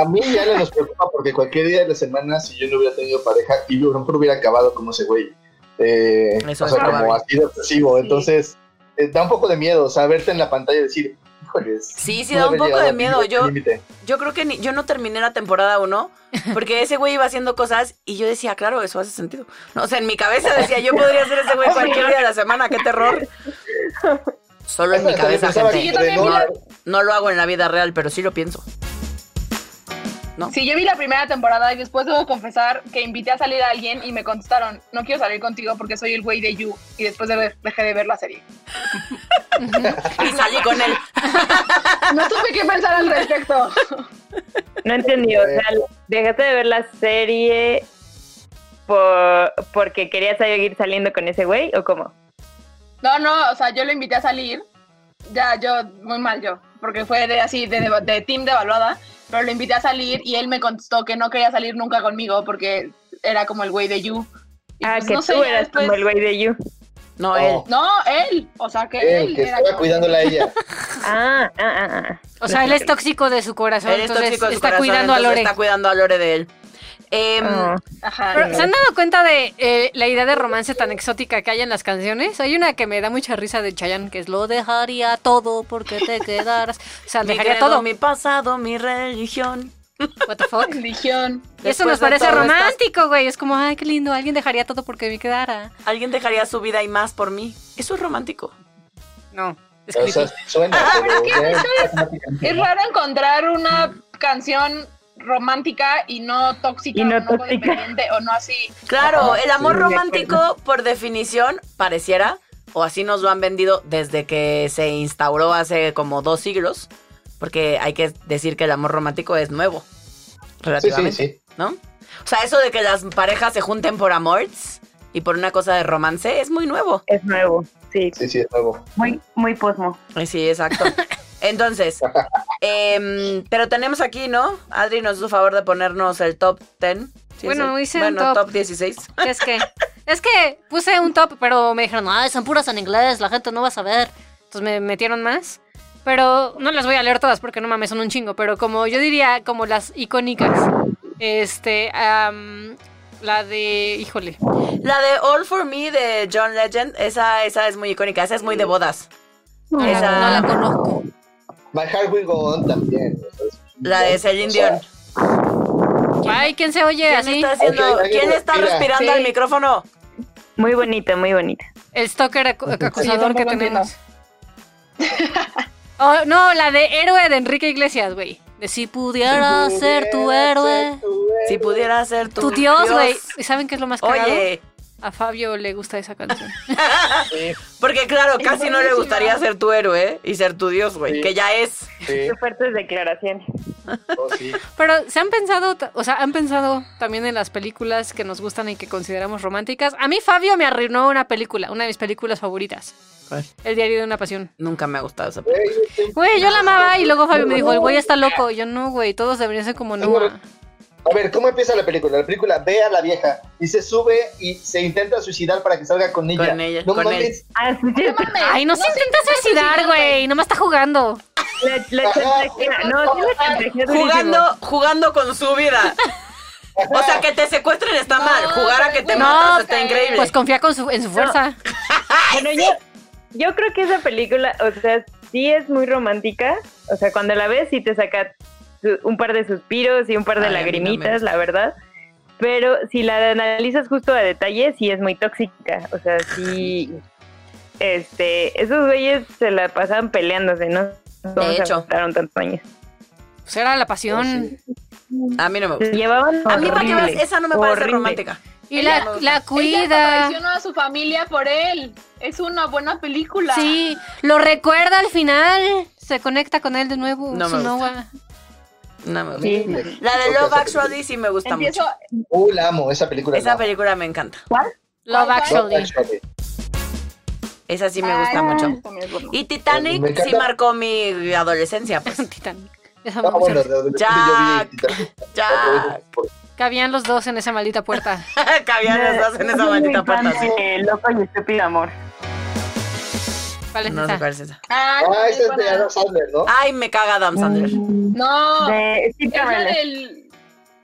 Speaker 4: A mí ya no nos preocupa porque cualquier día de la semana, si yo no hubiera tenido pareja, y yo a lo mejor hubiera acabado como ese güey. Eh,
Speaker 2: Eso
Speaker 4: o
Speaker 2: es
Speaker 4: sea, como
Speaker 2: probable.
Speaker 4: así de obsesivo.
Speaker 3: Sí.
Speaker 4: Entonces, eh, da un poco de miedo, o sea, verte en la pantalla y decir, híjoles.
Speaker 2: Sí, sí,
Speaker 4: no
Speaker 2: da un
Speaker 4: haber
Speaker 2: poco
Speaker 4: llegado
Speaker 2: de
Speaker 4: a mi
Speaker 2: miedo. Yo,
Speaker 4: límite".
Speaker 2: yo creo que ni- yo no terminé la temporada 1 porque ese güey iba haciendo cosas y yo decía, claro, eso hace sentido. No, o sea, en mi cabeza decía, yo podría ser ese güey cualquier día de la semana, qué terror. Solo en mi
Speaker 4: Hasta yo
Speaker 2: cabeza,
Speaker 4: pensaba
Speaker 2: gente.
Speaker 5: Sí, yo también
Speaker 4: que
Speaker 5: vi la-
Speaker 2: No lo hago en la vida real, pero sí lo pienso.
Speaker 5: Sí, yo vi la primera temporada y después debo confesar que invité a salir a alguien y me contestaron, no quiero salir contigo porque soy el güey de You. Y después de ver- dejé de ver la serie.
Speaker 2: Y salí con él.
Speaker 5: No tuve que pensar al respecto.
Speaker 6: No entendí, o
Speaker 4: Eh.
Speaker 6: sea, dejaste de ver la serie por, porque querías seguir saliendo con ese güey o cómo?
Speaker 5: No, no, o sea, yo lo invité a salir. Ya, yo, muy mal yo, porque fue de, así, de, de, de team devaluada, pero lo invité a salir y él me contestó que no quería salir nunca conmigo porque era como el güey de You. Y
Speaker 6: Ah,
Speaker 5: pues,
Speaker 6: que
Speaker 5: no sé,
Speaker 6: tú
Speaker 5: ya
Speaker 6: eras
Speaker 5: después-
Speaker 6: como el güey de You.
Speaker 2: No,
Speaker 4: Oh.
Speaker 2: él.
Speaker 5: No, él, o sea, que
Speaker 4: Eh,
Speaker 5: él,
Speaker 4: que
Speaker 5: era
Speaker 4: estaba
Speaker 5: como-
Speaker 4: cuidándola a ella.
Speaker 6: Ah, ah, ah, ah.
Speaker 3: O sea, él es tóxico de su corazón,
Speaker 2: Él es
Speaker 3: entonces
Speaker 2: tóxico de su
Speaker 3: está
Speaker 2: corazón,
Speaker 3: cuidando a
Speaker 2: entonces
Speaker 3: Lore.
Speaker 2: Está cuidando a Lore de él. Em,
Speaker 6: Ah.
Speaker 5: Ajá,
Speaker 3: Pero, ¿Se han dado cuenta de eh, la idea de romance tan exótica que hay en las canciones? Hay una que me da mucha risa de Chayanne, que es lo dejaría todo porque te quedaras. O sea,
Speaker 2: mi
Speaker 3: dejaría
Speaker 2: credo,
Speaker 3: todo.
Speaker 2: Mi pasado, mi religión.
Speaker 3: What the fuck?
Speaker 5: religión.
Speaker 3: Y eso
Speaker 2: Después
Speaker 3: nos
Speaker 2: de
Speaker 3: parece
Speaker 2: todo,
Speaker 3: romántico, güey. Es como, ay, qué lindo, alguien dejaría todo porque me quedara.
Speaker 2: Alguien dejaría su vida y más por mí. Eso es romántico.
Speaker 3: No, es
Speaker 4: O
Speaker 3: creepy.
Speaker 4: sea, suena,
Speaker 5: Ah,
Speaker 4: pero ya automáticamente.
Speaker 5: Es raro encontrar una canción romántica y no tóxica,
Speaker 6: Y no
Speaker 5: o no
Speaker 6: tóxica.
Speaker 5: codependiente, o no así.
Speaker 2: Claro, el amor
Speaker 6: sí, de
Speaker 2: romántico, por definición, pareciera, o así nos lo han vendido desde que se instauró hace como dos siglos, porque hay que decir que el amor romántico es nuevo,
Speaker 4: Sí, sí,
Speaker 2: relativamente,
Speaker 4: sí.
Speaker 2: ¿no? O sea, eso de que las parejas se junten por amores y por una cosa de romance es muy nuevo.
Speaker 6: Es nuevo, sí.
Speaker 4: Sí, sí, es nuevo.
Speaker 6: Muy, muy posmo.
Speaker 2: Eh, Sí, exacto. Entonces, em, pero tenemos aquí, ¿no? Adri nos hizo favor de ponernos el top 10. Sí,
Speaker 3: Bueno,
Speaker 2: es el-
Speaker 3: hice un
Speaker 2: bueno,
Speaker 3: top.
Speaker 2: top 16.
Speaker 3: Es que, es que puse un top, pero me dijeron, ay, son puras en inglés, la gente no va a saber. Entonces me metieron más. Pero no las voy a leer todas porque no mames, son un chingo. Pero como yo diría, como las icónicas. Este, am, la de, híjole.
Speaker 2: La de All for Me de John Legend, esa, esa es muy icónica, esa es muy de bodas.
Speaker 3: No, la-
Speaker 2: Esa-
Speaker 3: no la conozco.
Speaker 4: My Heart Will Go On también. o sea, es-
Speaker 2: La de Celine
Speaker 4: o sea,
Speaker 2: Dion.
Speaker 3: Ay, ¿quién se oye
Speaker 2: ¿Quién
Speaker 3: así?
Speaker 2: está haciendo?
Speaker 4: Ok, alguien
Speaker 2: ¿Quién está
Speaker 4: respira.
Speaker 2: respirando
Speaker 5: Sí.
Speaker 2: al micrófono?
Speaker 6: Muy bonita, muy bonita.
Speaker 3: El stalker acu- acusador
Speaker 5: tampoco
Speaker 3: que tenemos. Oh, no, la de héroe de Enrique Iglesias, güey. De si pudiera ser tu héroe.
Speaker 4: ser tu héroe.
Speaker 2: Si pudiera ser tu,
Speaker 3: Tu dios, güey. ¿Y saben qué es lo más cagado?
Speaker 2: Oye,
Speaker 3: A Fabio le gusta esa canción.
Speaker 4: Sí,
Speaker 2: porque claro,
Speaker 5: Es
Speaker 2: casi no le
Speaker 5: buenísima.
Speaker 2: gustaría ser tu héroe y ser tu dios, güey,
Speaker 4: Sí.
Speaker 2: que ya es.
Speaker 4: sí,
Speaker 6: Qué fuertes declaraciones.
Speaker 4: oh, sí.
Speaker 3: Pero se han pensado, t- o sea, han pensado también en las películas que nos gustan y que consideramos románticas. A mí Fabio me arruinó una película, una de mis películas favoritas.
Speaker 2: ¿Cuál?
Speaker 3: El diario de una pasión.
Speaker 2: Nunca me ha gustado esa
Speaker 4: Güey, yo tengo-
Speaker 3: Güey, yo la amaba y luego Fabio me dijo, el güey está loco. Y yo, no, güey, todos deberían ser como Noah.
Speaker 4: A ver, ¿cómo empieza la película? La película ve a la vieja y se sube y se intenta suicidar para que salga con ella.
Speaker 2: Con ella,
Speaker 4: No
Speaker 2: con
Speaker 4: mames,
Speaker 6: Ah, sí, sí,
Speaker 5: No mames,
Speaker 3: Ay, no, se intenta suicidar, güey. Nomás está jugando.
Speaker 6: La, la chantajea. No, sí la chantajea durísimo.
Speaker 2: Jugando, jugando con su vida. O sea, que te secuestren está
Speaker 5: No,
Speaker 2: mal. Jugar a que te
Speaker 5: güey,
Speaker 2: matas
Speaker 3: no,
Speaker 2: está increíble.
Speaker 3: Pues confía con su, en su fuerza.
Speaker 6: Bueno, yo, yo creo que esa película, o sea, sí es muy romántica. O sea, cuando la ves sí te saca su- un par de suspiros y un par de
Speaker 2: Ay, a mí no me
Speaker 6: lagrimitas,
Speaker 2: gusta.
Speaker 6: la verdad. Pero si la analizas justo a detalle, sí es muy tóxica. O sea, sí... Este, esos güeyes se la pasaban peleándose, ¿no? ¿Cómo se
Speaker 2: hecho.
Speaker 6: aguantaron tantos años.
Speaker 3: Pues era la pasión.
Speaker 2: a mí no me
Speaker 6: Se
Speaker 2: gusta.
Speaker 6: llevaban
Speaker 2: A mí para que veas,
Speaker 6: horrible,
Speaker 2: esa no me parece
Speaker 6: horrible.
Speaker 2: romántica.
Speaker 3: Y la, la
Speaker 5: Ella
Speaker 3: cuida.
Speaker 5: traicionó a su familia por él. Es una buena película.
Speaker 3: Sí, lo recuerda al final. Se conecta con él de nuevo.
Speaker 2: No
Speaker 3: su
Speaker 2: me gusta.
Speaker 3: Noah.
Speaker 2: No me
Speaker 4: Sí.
Speaker 2: La de Love Actually sí me gusta
Speaker 5: Empiezo.
Speaker 2: mucho.
Speaker 4: Uh, la amo, esa película.
Speaker 2: Esa
Speaker 4: la amo.
Speaker 2: película me encanta.
Speaker 5: ¿Cuál?
Speaker 3: Love
Speaker 4: Love
Speaker 3: Actually.
Speaker 4: Actually.
Speaker 2: Esa sí me gusta
Speaker 5: Ay,
Speaker 2: mucho.
Speaker 5: esto me es bueno.
Speaker 2: Y
Speaker 4: Me
Speaker 2: Titanic
Speaker 4: encanta.
Speaker 2: sí marcó mi adolescencia, pues.
Speaker 3: Titanic. Esa
Speaker 4: Ah,
Speaker 3: mamá-
Speaker 4: bueno, de adolescente
Speaker 2: Jack.
Speaker 4: yo vi Titanic.
Speaker 2: Ya
Speaker 3: Cabían los dos en esa maldita puerta.
Speaker 2: cabían los dos en esa maldita puerta. sí.
Speaker 7: Loco y estúpido amor.
Speaker 3: ¿Cuál es
Speaker 2: No sé
Speaker 3: esa?
Speaker 2: cuál es esa.
Speaker 5: Ah,
Speaker 4: Ah, esa es de
Speaker 5: buena.
Speaker 4: Adam Sandler, ¿no?
Speaker 2: Ay, me caga Adam Sandler.
Speaker 6: Mm.
Speaker 7: Mm.
Speaker 5: No,
Speaker 7: De Steve
Speaker 5: es la
Speaker 7: Carell.
Speaker 5: del,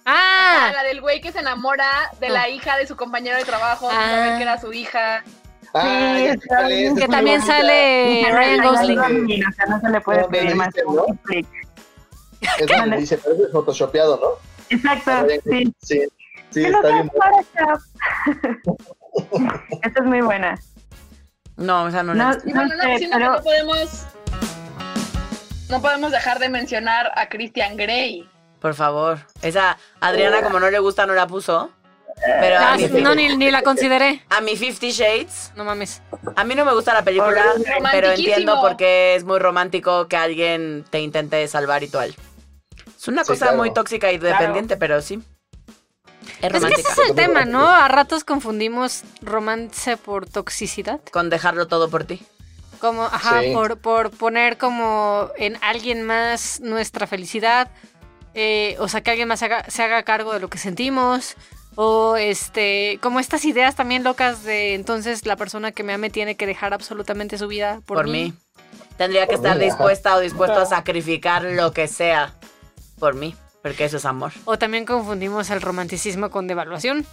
Speaker 5: ah,
Speaker 3: Ah,
Speaker 5: la del güey que se enamora de
Speaker 2: Ah.
Speaker 5: la hija de su compañero de trabajo, sin
Speaker 3: Ah.
Speaker 5: saber que era su hija.
Speaker 4: Ah, ya sé cuál es,
Speaker 3: que
Speaker 4: es muy
Speaker 3: también
Speaker 4: bonita.
Speaker 3: sale Ryan Gosling.
Speaker 7: O sea, no se le puede
Speaker 4: No,
Speaker 7: pedir
Speaker 4: pero
Speaker 7: más.
Speaker 4: dice, ¿no? Es donde dice, pero eso es photoshopeado, ¿no?
Speaker 7: Exacto, sí.
Speaker 4: Sí, sí,
Speaker 7: Yo no
Speaker 4: está
Speaker 7: sé
Speaker 4: bien.
Speaker 7: Photoshop. Esta es muy buena.
Speaker 2: No, esa no la
Speaker 7: No,
Speaker 2: he visto.
Speaker 5: Y bueno,
Speaker 7: no
Speaker 5: no,
Speaker 7: sé,
Speaker 5: siento que
Speaker 7: pero
Speaker 5: no podemos. No podemos dejar de mencionar a Christian Grey.
Speaker 2: Por favor. Esa, Adriana, como no le gusta, no la puso. Pero a
Speaker 3: Ah,
Speaker 2: mi,
Speaker 3: No, ni, ni la consideré.
Speaker 2: a mi Fifty Shades,
Speaker 3: No mames.
Speaker 2: a mí no me gusta la película,
Speaker 5: Romantiquísimo.
Speaker 2: pero entiendo por qué es muy romántico que alguien te intente salvar y tú a él. Es una
Speaker 4: Sí,
Speaker 2: cosa
Speaker 4: claro.
Speaker 2: muy tóxica y dependiente, pero sí. Es
Speaker 3: Es que ese
Speaker 2: romántica.
Speaker 3: es el tema, ¿no? A ratos confundimos romance por toxicidad.
Speaker 2: Con dejarlo todo por ti.
Speaker 3: Como, ajá,
Speaker 4: Sí.
Speaker 3: por, por poner como en alguien más nuestra felicidad. eh, o sea, que alguien más se haga, se haga cargo de lo que sentimos. O este, como estas ideas también locas de entonces la persona que me ame tiene que dejar absolutamente su vida por,
Speaker 2: Por, mí. Tendría que
Speaker 4: Por
Speaker 2: estar
Speaker 4: mí, ajá.
Speaker 2: dispuesta o dispuesto a sacrificar lo que sea por mí, porque eso es amor.
Speaker 3: O también confundimos el romanticismo con devaluación.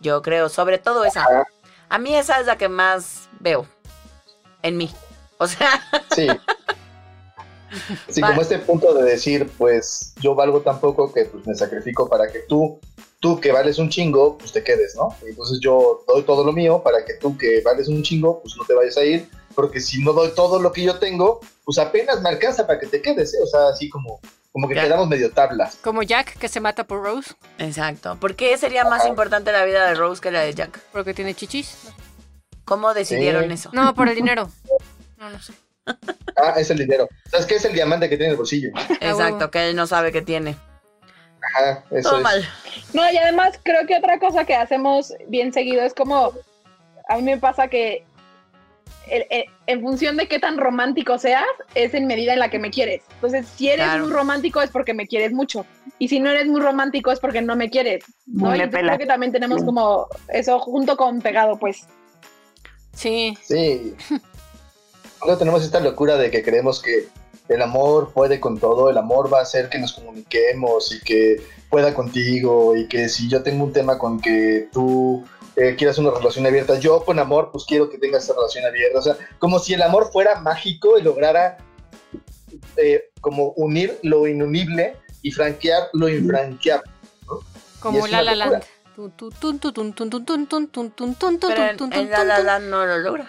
Speaker 2: Yo creo, sobre todo esa.
Speaker 4: Ajá.
Speaker 2: A mí esa es la que más veo en mí. O sea,
Speaker 4: Sí. Sí,
Speaker 2: Vale.
Speaker 4: como este punto de decir, pues yo valgo tan poco que pues, me sacrifico para que tú, tú que vales un chingo, pues te quedes, ¿no? Entonces yo doy todo lo mío para que tú que vales un chingo, pues no te vayas a ir, porque si no doy todo lo que yo tengo, pues apenas me alcanza para que te quedes, ¿eh? O sea, así como, como que
Speaker 2: Ya.
Speaker 4: quedamos medio tablas.
Speaker 3: Como Jack que se mata por Rose
Speaker 2: exacto. ¿Por qué sería más importante la vida de Rose que la de Jack?
Speaker 3: porque tiene chichis.
Speaker 2: ¿Cómo decidieron
Speaker 4: Sí.
Speaker 2: eso?
Speaker 3: No, por el dinero. No, no sé.
Speaker 4: Ah, es el dinero. ¿Sabes qué es el diamante que tiene en el bolsillo?
Speaker 2: Exacto, que él no sabe que tiene.
Speaker 4: Ajá, eso
Speaker 2: Todo
Speaker 4: es.
Speaker 2: mal.
Speaker 5: No, y además creo que otra cosa que hacemos bien seguido es como. A mí me pasa que. el- el- en función de qué tan romántico seas, es en medida en la que me quieres. Entonces, si eres
Speaker 2: Claro.
Speaker 5: muy romántico es porque me quieres mucho. Y si no eres muy romántico es porque no me quieres. ¿no?
Speaker 7: me
Speaker 5: Y
Speaker 7: pela.
Speaker 5: creo que también tenemos como eso junto con pegado, pues.
Speaker 3: Sí.
Speaker 4: Sí. Ahora tenemos esta locura de que creemos que el amor puede con todo, el amor va a hacer que nos comuniquemos y que pueda contigo y que si yo tengo un tema con que tú eh, quieras una relación abierta, yo con amor pues quiero que tengas esa relación abierta. O sea, como si el amor fuera mágico y lograra eh, como unir lo inunible y franquear lo infranqueable. Y
Speaker 3: Como
Speaker 4: es
Speaker 3: La
Speaker 4: una
Speaker 3: La Land. Tun, tun, tun, tun, tun, tun, tun, tun, tun, tun, tun,
Speaker 2: Pero
Speaker 3: tun,
Speaker 2: en,
Speaker 3: tun,
Speaker 2: en
Speaker 3: tun,
Speaker 2: La La
Speaker 3: tun.
Speaker 2: Land no lo logra.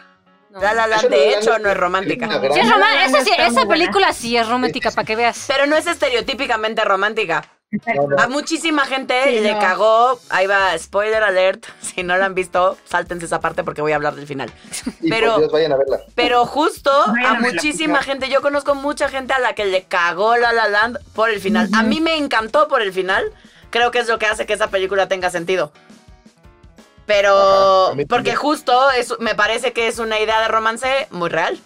Speaker 3: No.
Speaker 2: La La Land,
Speaker 4: Eso
Speaker 2: de
Speaker 4: La La
Speaker 2: hecho,
Speaker 4: Land
Speaker 2: no es
Speaker 4: es
Speaker 2: romántica.
Speaker 4: una gran-
Speaker 3: Sí, es román-
Speaker 7: La La
Speaker 3: esa, sí-
Speaker 7: está muy
Speaker 3: esa
Speaker 7: buena.
Speaker 3: película sí es romántica, para que veas.
Speaker 2: Pero no es estereotípicamente romántica.
Speaker 4: No, no.
Speaker 2: A muchísima gente
Speaker 5: Sí,
Speaker 2: le
Speaker 5: no.
Speaker 2: cagó. Ahí va, spoiler alert. Si no la han visto, sáltense esa parte porque voy a hablar del final.
Speaker 4: Y por
Speaker 2: Pero-
Speaker 4: Dios, vayan a verla.
Speaker 2: Pero justo
Speaker 7: Bueno,
Speaker 2: a
Speaker 7: me la
Speaker 2: muchísima
Speaker 7: pusieron.
Speaker 2: gente, yo conozco mucha gente a la que le cagó La La Land por el final. A mí me encantó por el final. Creo que es lo que hace que esa película tenga sentido. Pero
Speaker 4: Ajá, a mí
Speaker 2: porque
Speaker 4: también.
Speaker 2: justo es, me parece que es una idea de romance muy real.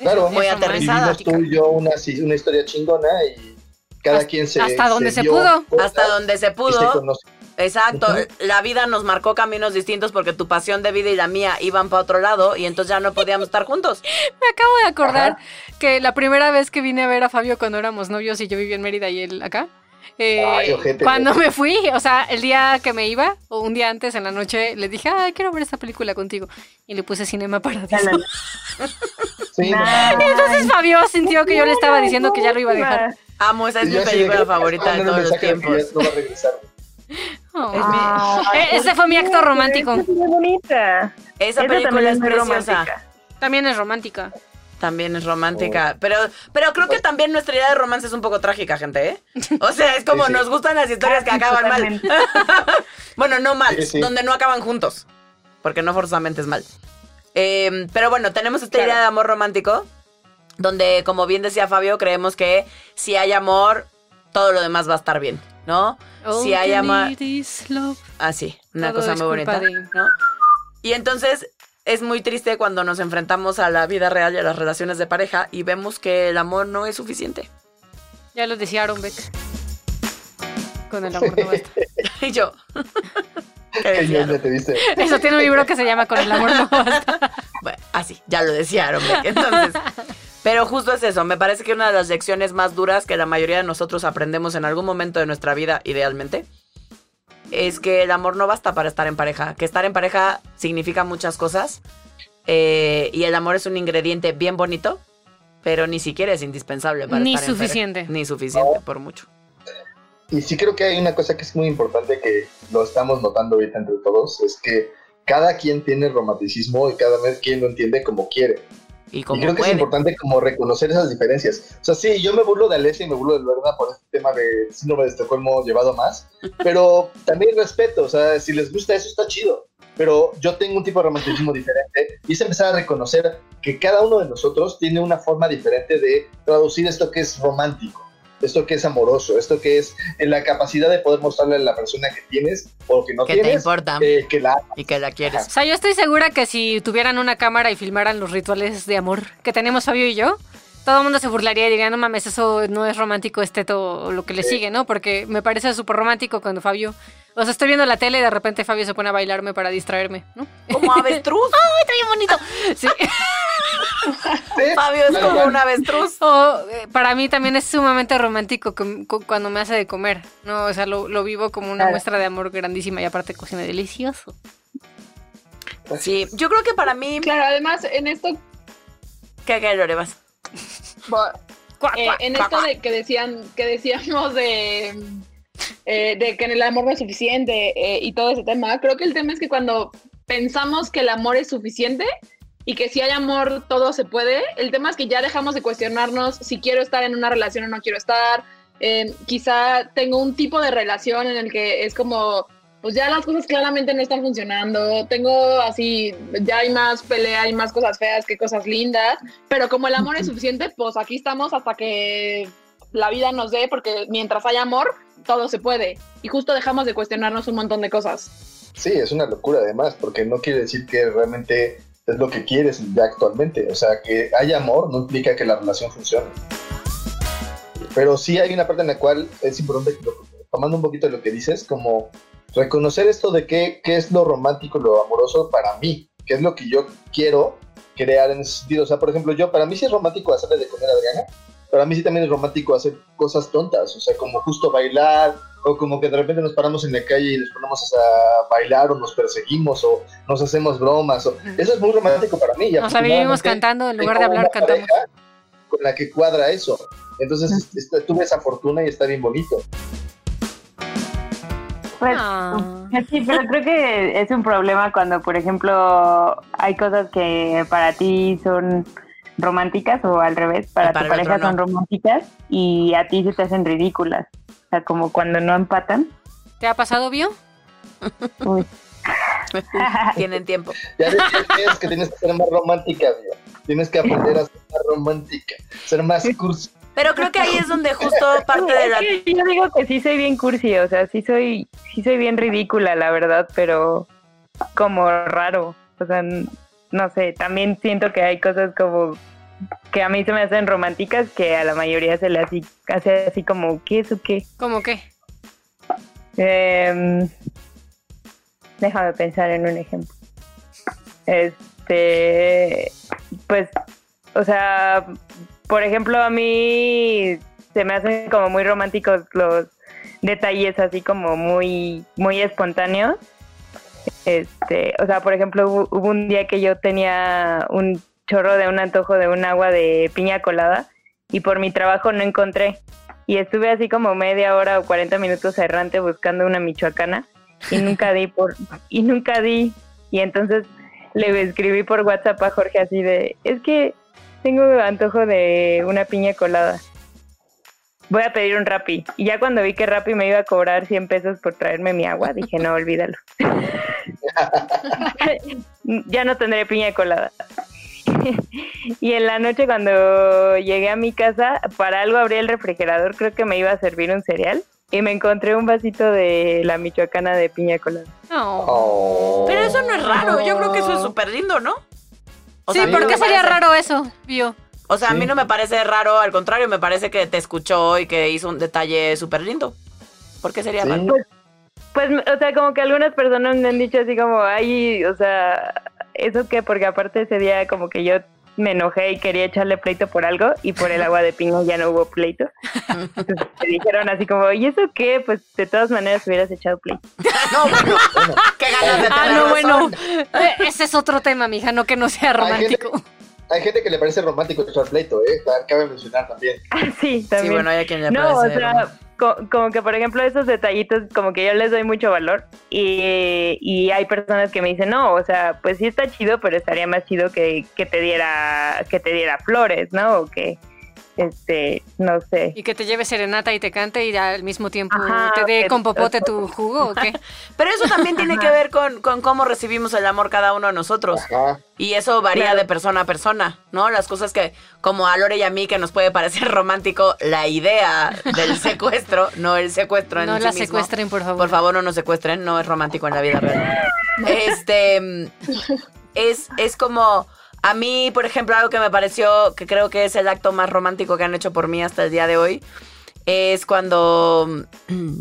Speaker 4: Claro,
Speaker 2: muy
Speaker 4: Eso,
Speaker 2: aterrizada,
Speaker 4: vivimos tú y yo una, si- una historia chingona y cada
Speaker 3: Hasta-
Speaker 4: quien se
Speaker 3: hasta donde se
Speaker 4: dio
Speaker 3: pudo.
Speaker 4: cuenta
Speaker 2: Hasta donde se
Speaker 4: y se
Speaker 2: pudo.
Speaker 4: conoce.
Speaker 2: Exacto.
Speaker 4: Ujú.
Speaker 2: La vida nos marcó caminos distintos porque tu pasión de vida y la mía iban para otro lado y entonces ya no podíamos estar juntos.
Speaker 3: Me acabo de acordar que la primera vez que vine a ver a Fabio cuando éramos novios y yo vivía en Mérida y él acá. eh,
Speaker 4: Ay, ojete.
Speaker 3: cuando me fui, o sea, el día que me iba, o un día antes en la noche, le dije, ah, quiero ver esta película contigo. Y le puse Cinema Paradiso.
Speaker 7: La La Land.
Speaker 4: Sí, no,
Speaker 7: Ay,
Speaker 3: Entonces Fabio sintió que yo le estaba diciendo que ya lo iba a dejar.
Speaker 2: Amo, esa es
Speaker 4: yo
Speaker 2: mi
Speaker 4: así de
Speaker 2: película
Speaker 4: que- "Ah,
Speaker 2: favorita de
Speaker 4: mándale un
Speaker 2: todos los
Speaker 4: mensaje que
Speaker 2: tiempos.
Speaker 4: ya No va a regresar.
Speaker 3: Oh.
Speaker 2: Es mi-
Speaker 7: Ay,
Speaker 3: Eh, Ese fue mi acto romántico.
Speaker 7: Es muy bonita. Esa
Speaker 2: Esa película
Speaker 7: también
Speaker 2: es
Speaker 7: muy
Speaker 2: preciosa.
Speaker 7: romántica.
Speaker 3: También es romántica.
Speaker 2: También es
Speaker 4: Oh.
Speaker 2: romántica. Pero, pero creo que
Speaker 4: Pues
Speaker 2: también nuestra idea de romance es un poco trágica, gente, ¿eh? O sea, es como
Speaker 4: Sí, sí.
Speaker 2: nos gustan las historias que acaban mal.
Speaker 7: Totalmente.
Speaker 2: Bueno, no mal,
Speaker 4: Sí, sí.
Speaker 2: donde no acaban juntos. Porque no forzosamente es mal. Eh, pero bueno, tenemos esta idea de amor romántico. Donde, como bien decía Fabio, creemos que si hay amor, todo lo demás va a estar bien, ¿no? Si hay ama-
Speaker 3: love.
Speaker 2: Así, una
Speaker 3: Todo
Speaker 2: cosa
Speaker 3: es
Speaker 2: muy bonita,
Speaker 3: culpa de-
Speaker 2: ¿no? Y entonces es muy triste cuando nos enfrentamos a la vida real y a las relaciones de pareja y vemos que el amor no es suficiente.
Speaker 3: Ya lo decía Aaron Beck. Con el amor no basta.
Speaker 2: Y yo. ¿Qué
Speaker 4: Qué
Speaker 2: decía?
Speaker 4: ñoña te diste.
Speaker 3: Eso tiene un libro que se llama Con el amor no basta.
Speaker 2: Bueno, así, ya lo decía Aaron Beck, Entonces, pero justo es eso. Me parece que una de las lecciones más duras que la mayoría de nosotros aprendemos en algún momento de nuestra vida, idealmente, es que el amor no basta para estar en pareja. Que estar en pareja significa muchas cosas. eh, y el amor es un ingrediente bien bonito, pero ni siquiera es indispensable para
Speaker 3: Ni
Speaker 2: estar en pareja.
Speaker 3: suficiente.
Speaker 2: Ni suficiente, por mucho.
Speaker 4: Y sí creo que hay una cosa que es muy importante que lo estamos notando ahorita entre todos, es que cada quien tiene romanticismo y cada vez quien lo entiende como quiere.
Speaker 2: Y
Speaker 4: y
Speaker 2: como
Speaker 4: creo que es
Speaker 2: puede.
Speaker 4: importante como reconocer esas diferencias. O sea, sí, yo me burlo de Alessia y me burlo de Lorena por este tema de síndrome de Estocolmo llevado a más, pero también respeto, o sea, si les gusta eso está chido, pero yo tengo un tipo de romanticismo diferente y es empezar a reconocer que cada uno de nosotros tiene una forma diferente de traducir esto que es romántico, esto que es amoroso, esto que es eh, la capacidad de poder mostrarle a la persona que tienes o que no
Speaker 2: que te
Speaker 4: tienes,
Speaker 2: importa
Speaker 4: eh, que la
Speaker 2: y que la quieres.
Speaker 3: O sea, yo estoy segura que si tuvieran una cámara y filmaran los rituales de amor que tenemos Fabio y yo, todo el mundo se burlaría y diría, no mames, eso no es romántico, este todo lo que le sigue, ¿no? Porque me parece súper romántico cuando Fabio... O sea, estoy viendo la tele y de repente Fabio se pone a bailarme para distraerme, ¿no?
Speaker 2: Como avestruz.
Speaker 3: Está bien bonito. Sí.
Speaker 4: Sí,
Speaker 2: Fabio es
Speaker 4: tal
Speaker 2: como
Speaker 4: cual.
Speaker 2: un avestruz.
Speaker 3: O, eh, para mí también es sumamente romántico com- cu- cuando me hace de comer, ¿no? O sea, lo, lo vivo como una muestra de amor grandísima y aparte cocina delicioso.
Speaker 2: Sí, yo creo que para mí.
Speaker 5: Claro, además, en esto,
Speaker 2: ¿Qué, qué, Lore, vas?
Speaker 5: bo-
Speaker 2: Cuac,
Speaker 5: eh,
Speaker 2: cuac,
Speaker 5: en
Speaker 2: cuac,
Speaker 5: esto de que decían, que decíamos de, eh, de que en el amor no es suficiente eh, y todo ese tema, creo que el tema es que cuando pensamos que el amor es suficiente y que si hay amor todo se puede, el tema es que ya dejamos de cuestionarnos si quiero estar en una relación o no quiero estar. Eh, quizá tengo un tipo de relación en el que es como, pues ya las cosas claramente no están funcionando, tengo así, ya hay más pelea, hay más cosas feas que cosas lindas, pero como el amor es suficiente, pues aquí estamos hasta que la vida nos dé, porque mientras hay amor, todo se puede. Y justo dejamos de cuestionarnos un montón de cosas.
Speaker 4: Sí, es una locura además, porque no quiere decir que realmente es lo que quieres ya actualmente. O sea, que haya amor no implica que la relación funcione. Pero sí hay una parte en la cual es importante, que lo- tomando un poquito de lo que dices, como reconocer esto de qué, qué es lo romántico, lo amoroso para mí, qué es lo que yo quiero crear en ese sentido. O sea, por ejemplo, yo, para mí sí es romántico hacerle de comer a Adriana, para mí sí también es romántico hacer cosas tontas, o sea, como justo bailar, o como que de repente nos paramos en la calle y nos ponemos a bailar, o nos perseguimos, o nos hacemos bromas. o- Eso es muy romántico para mí. y
Speaker 3: O sea, vivimos
Speaker 4: afortunadamente-
Speaker 3: cantando, en lugar de
Speaker 4: tengo
Speaker 3: hablar,
Speaker 4: una
Speaker 3: cantamos.
Speaker 4: pareja Con la que cuadra eso. Entonces est- est- tuve esa fortuna y está bien bonito.
Speaker 7: Pues,
Speaker 3: Ah.
Speaker 7: Sí, pero creo que es un problema cuando, por ejemplo, hay cosas que para ti son románticas o al revés, para,
Speaker 2: Y para
Speaker 7: tu
Speaker 2: el otro
Speaker 7: pareja son
Speaker 2: no.
Speaker 7: románticas y a ti se te hacen ridículas. O sea, como cuando no empatan.
Speaker 3: ¿Te ha pasado, Bio?
Speaker 7: Uy.
Speaker 2: Tienen tiempo.
Speaker 4: Ya ves que es que tienes que ser más romántica, amiga. Tienes que aprender a ser más romántica, ser más cursi.
Speaker 2: Pero creo que ahí es donde justo parte de la.
Speaker 6: Es que yo digo que sí soy bien cursi, o sea, sí soy, sí soy bien ridícula, la verdad, pero como raro. O sea, n- no sé, también siento que hay cosas como que a mí se me hacen románticas que a la mayoría se le así, hace así como, ¿qué es o qué?
Speaker 3: ¿Cómo qué?
Speaker 6: Em, déjame pensar en un ejemplo. Este, pues, o sea, por ejemplo, a mí se me hacen como muy románticos los detalles así como muy, muy espontáneos. Este, o sea, por ejemplo, hubo, hubo un día que yo tenía un chorro de un antojo de un agua de piña colada y por mi trabajo no encontré y estuve así como media hora o 40 minutos errante buscando una michoacana y nunca di por y nunca di y entonces le escribí por WhatsApp a Jorge así de es que tengo antojo de una piña colada voy a pedir un Rappi y ya cuando vi que Rappi me iba a cobrar 100 pesos por traerme mi agua dije no olvídalo ya no tendré piña colada y en la noche cuando llegué a mi casa, para algo abrí el refrigerador, creo que me iba a servir un cereal y me encontré un vasito de la michoacana de piña colada.
Speaker 3: No.
Speaker 4: Oh.
Speaker 2: Pero eso no es raro, yo creo que eso es súper lindo, ¿no? O
Speaker 3: sí,
Speaker 2: sea, a mí
Speaker 3: ¿por
Speaker 2: no
Speaker 3: qué
Speaker 2: me
Speaker 3: sería
Speaker 2: parece-
Speaker 3: raro eso, Vio?
Speaker 2: O sea, a mí
Speaker 4: Sí.
Speaker 2: no me parece raro, al contrario, me parece que te escuchó y que hizo un detalle súper lindo. ¿Por qué sería
Speaker 4: Sí.
Speaker 2: raro?
Speaker 6: Pues, o sea, como que algunas personas me han dicho así como, ay, o sea, ¿eso qué? Porque aparte ese día como que yo me enojé y quería echarle pleito por algo y por el agua de piña ya no hubo pleito. Entonces me dijeron así como, ¿y eso qué? Pues de todas maneras hubieras echado pleito.
Speaker 2: No, bueno, qué ganas de tener
Speaker 3: Ah, no,
Speaker 2: razón.
Speaker 3: bueno. Eh, Ese es otro tema, mija, no que no sea romántico.
Speaker 4: Hay gente que le parece romántico echar pleito, ¿eh? Ta- Cabe mencionar también.
Speaker 6: Ah, sí,
Speaker 2: Sí,
Speaker 6: también.
Speaker 2: bueno, hay a quien le
Speaker 6: no, o
Speaker 2: parece
Speaker 6: sea, co- como que por ejemplo esos detallitos como que yo les doy mucho valor y, y hay personas que me dicen, no, o sea, pues sí está chido, pero estaría más chido que, que te diera que te diera flores, ¿no? O que, este, no sé.
Speaker 3: Y que te lleve serenata y te cante y al mismo tiempo
Speaker 6: Ajá,
Speaker 3: te dé
Speaker 6: que-
Speaker 3: con popote tu jugo o qué.
Speaker 2: Pero eso también tiene que ver con, con cómo recibimos el amor cada uno de nosotros.
Speaker 4: Ajá.
Speaker 2: Y eso varía
Speaker 6: Claro.
Speaker 2: de persona a persona, ¿no? Las cosas que, como a Lore y a mí, que nos puede parecer romántico la idea del secuestro, no el secuestro en
Speaker 3: No
Speaker 2: sí
Speaker 3: la
Speaker 2: mismo.
Speaker 3: secuestren, por favor.
Speaker 2: Por favor, no nos secuestren, no es romántico en la vida real. Este mm, es, es como a mí, por ejemplo, algo que me pareció que creo que es el acto más romántico que han hecho por mí hasta el día de hoy. Es cuando mm,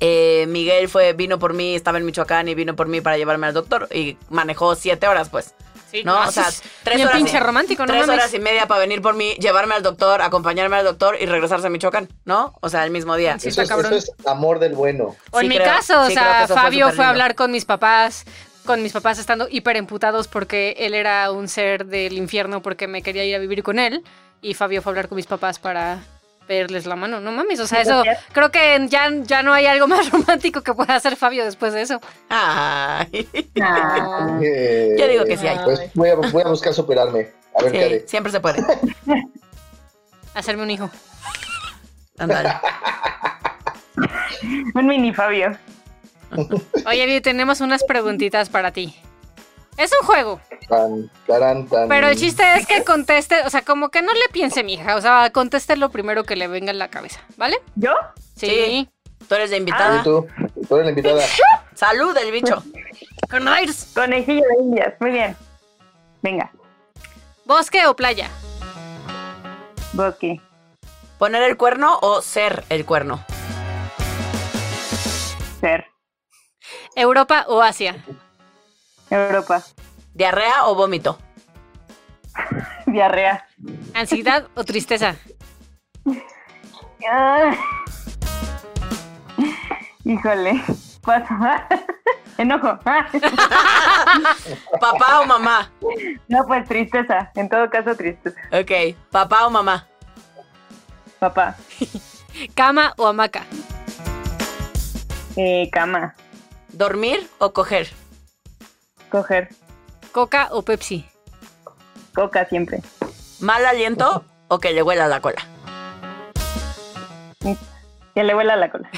Speaker 2: eh, Miguel fue, vino por mí, estaba en Michoacán y vino por mí para llevarme al doctor. Y manejó siete horas, pues. ¿no?
Speaker 3: no,
Speaker 2: o sea,
Speaker 3: sí, sí.
Speaker 2: tres
Speaker 3: Bien
Speaker 2: horas. y-
Speaker 3: pinche romántico, no
Speaker 2: tres
Speaker 3: mames.
Speaker 2: horas y media para venir por mí, llevarme al doctor, acompañarme al doctor y regresarse a Michoacán, ¿no? O sea, el mismo día.
Speaker 3: Sí,
Speaker 4: eso,
Speaker 3: está
Speaker 4: es,
Speaker 3: cabrón.
Speaker 4: eso es amor del bueno.
Speaker 3: O en
Speaker 2: Sí
Speaker 3: mi
Speaker 2: creo-
Speaker 3: caso, o
Speaker 2: sí creo que
Speaker 3: sea,
Speaker 2: eso fue
Speaker 3: Fabio fue,
Speaker 2: superlindo.
Speaker 3: a hablar con mis papás, con mis papás estando hiperemputados porque él era un ser del infierno porque me quería ir a vivir con él y Fabio fue a hablar con mis papás para pedirles la mano. No mames, o sea, eso creo que ya, ya no hay algo más romántico que pueda hacer Fabio después de eso.
Speaker 2: Ay.
Speaker 7: Ah,
Speaker 4: Eh,
Speaker 2: Yo digo que sí hay.
Speaker 4: Pues voy a, voy a buscar superarme. A
Speaker 2: Sí,
Speaker 4: ver qué haré.
Speaker 2: siempre se puede.
Speaker 3: Hacerme un hijo.
Speaker 2: Ándale.
Speaker 6: Un mini Fabio.
Speaker 3: Oye, Vi, tenemos unas preguntitas para ti. Es un juego,
Speaker 4: Tan, tarán, tan.
Speaker 3: pero el chiste es que conteste, o sea, como que no le piense, mija, o sea, conteste lo primero que le venga en la cabeza, ¿vale?
Speaker 6: ¿Yo?
Speaker 2: Sí. Tú eres la
Speaker 4: Ah,
Speaker 2: invitada.
Speaker 4: ¿y tú? Tú eres la invitada.
Speaker 2: Salud el bicho.
Speaker 6: Conejillo de indias, muy bien.
Speaker 7: Venga,
Speaker 3: ¿Bosque o playa?
Speaker 7: bosque.
Speaker 2: ¿Poner el cuerno o ser el cuerno?
Speaker 7: Ser.
Speaker 3: ¿Europa o Asia?
Speaker 7: Europa.
Speaker 2: ¿Diarrea o vómito?
Speaker 7: Diarrea.
Speaker 3: ¿Ansiedad o tristeza?
Speaker 7: Ah. Híjole. Paso.
Speaker 6: ah,
Speaker 7: Enojo.
Speaker 2: ¿Papá o mamá?
Speaker 7: No, pues tristeza. En todo caso, tristeza.
Speaker 2: Ok. ¿Papá o mamá?
Speaker 7: Papá.
Speaker 3: ¿Cama o hamaca?
Speaker 7: Eh, cama.
Speaker 2: ¿Dormir o coger?
Speaker 7: Coger.
Speaker 3: ¿Coca o Pepsi?
Speaker 7: Coca siempre.
Speaker 2: ¿Mal aliento o que le huela la cola?
Speaker 7: Que le vuela la cola.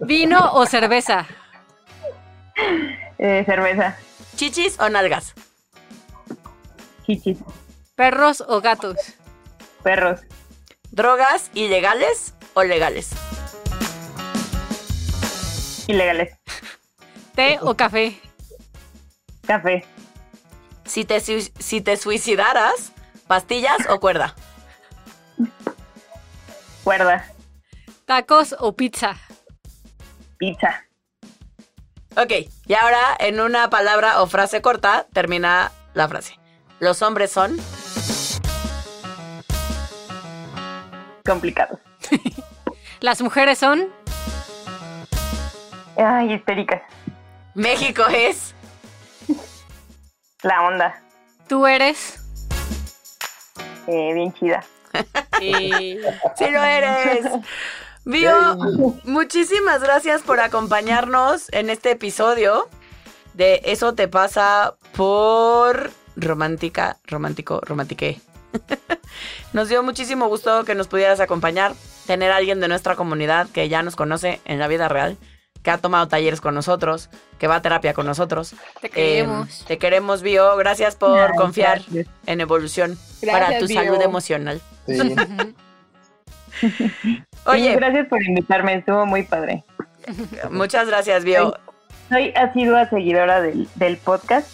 Speaker 3: ¿Vino o cerveza?
Speaker 7: Eh, cerveza.
Speaker 2: ¿Chichis o nalgas?
Speaker 7: Chichis.
Speaker 3: ¿Perros o gatos?
Speaker 7: Perros.
Speaker 2: ¿Drogas ilegales o legales?
Speaker 7: Ilegales.
Speaker 3: ¿Té o café?
Speaker 7: Café.
Speaker 2: Si te, sui- si te suicidaras, ¿pastillas o cuerda?
Speaker 7: Cuerda.
Speaker 3: ¿Tacos o pizza?
Speaker 7: Pizza.
Speaker 2: Ok, y ahora en una palabra o frase corta termina la frase. Los hombres son
Speaker 7: Complicado.
Speaker 3: ¿Las mujeres son?
Speaker 7: Ay, histéricas.
Speaker 2: México es
Speaker 7: La onda.
Speaker 3: ¿Tú eres?
Speaker 7: Eh, bien chida.
Speaker 3: Sí.
Speaker 2: si lo eres. Vio, muchísimas gracias por acompañarnos en este episodio de Eso te pasa por romántica, romántico, romantiqué. Nos dio muchísimo gusto que nos pudieras acompañar, tener a alguien de nuestra comunidad que ya nos conoce en la vida real que ha tomado talleres con nosotros, que va a terapia con nosotros.
Speaker 3: Te
Speaker 2: Eh,
Speaker 3: queremos.
Speaker 2: te queremos, Bio. Gracias por
Speaker 6: Ay,
Speaker 2: confiar
Speaker 6: gracias.
Speaker 2: en Evolución para
Speaker 5: Gracias,
Speaker 2: tu
Speaker 5: Bio.
Speaker 2: salud emocional.
Speaker 4: Sí.
Speaker 3: Ujú.
Speaker 6: Sí,
Speaker 2: Oye,
Speaker 6: gracias por invitarme, estuvo muy padre.
Speaker 2: muchas gracias, Bio.
Speaker 6: Soy asidua seguidora del, del podcast.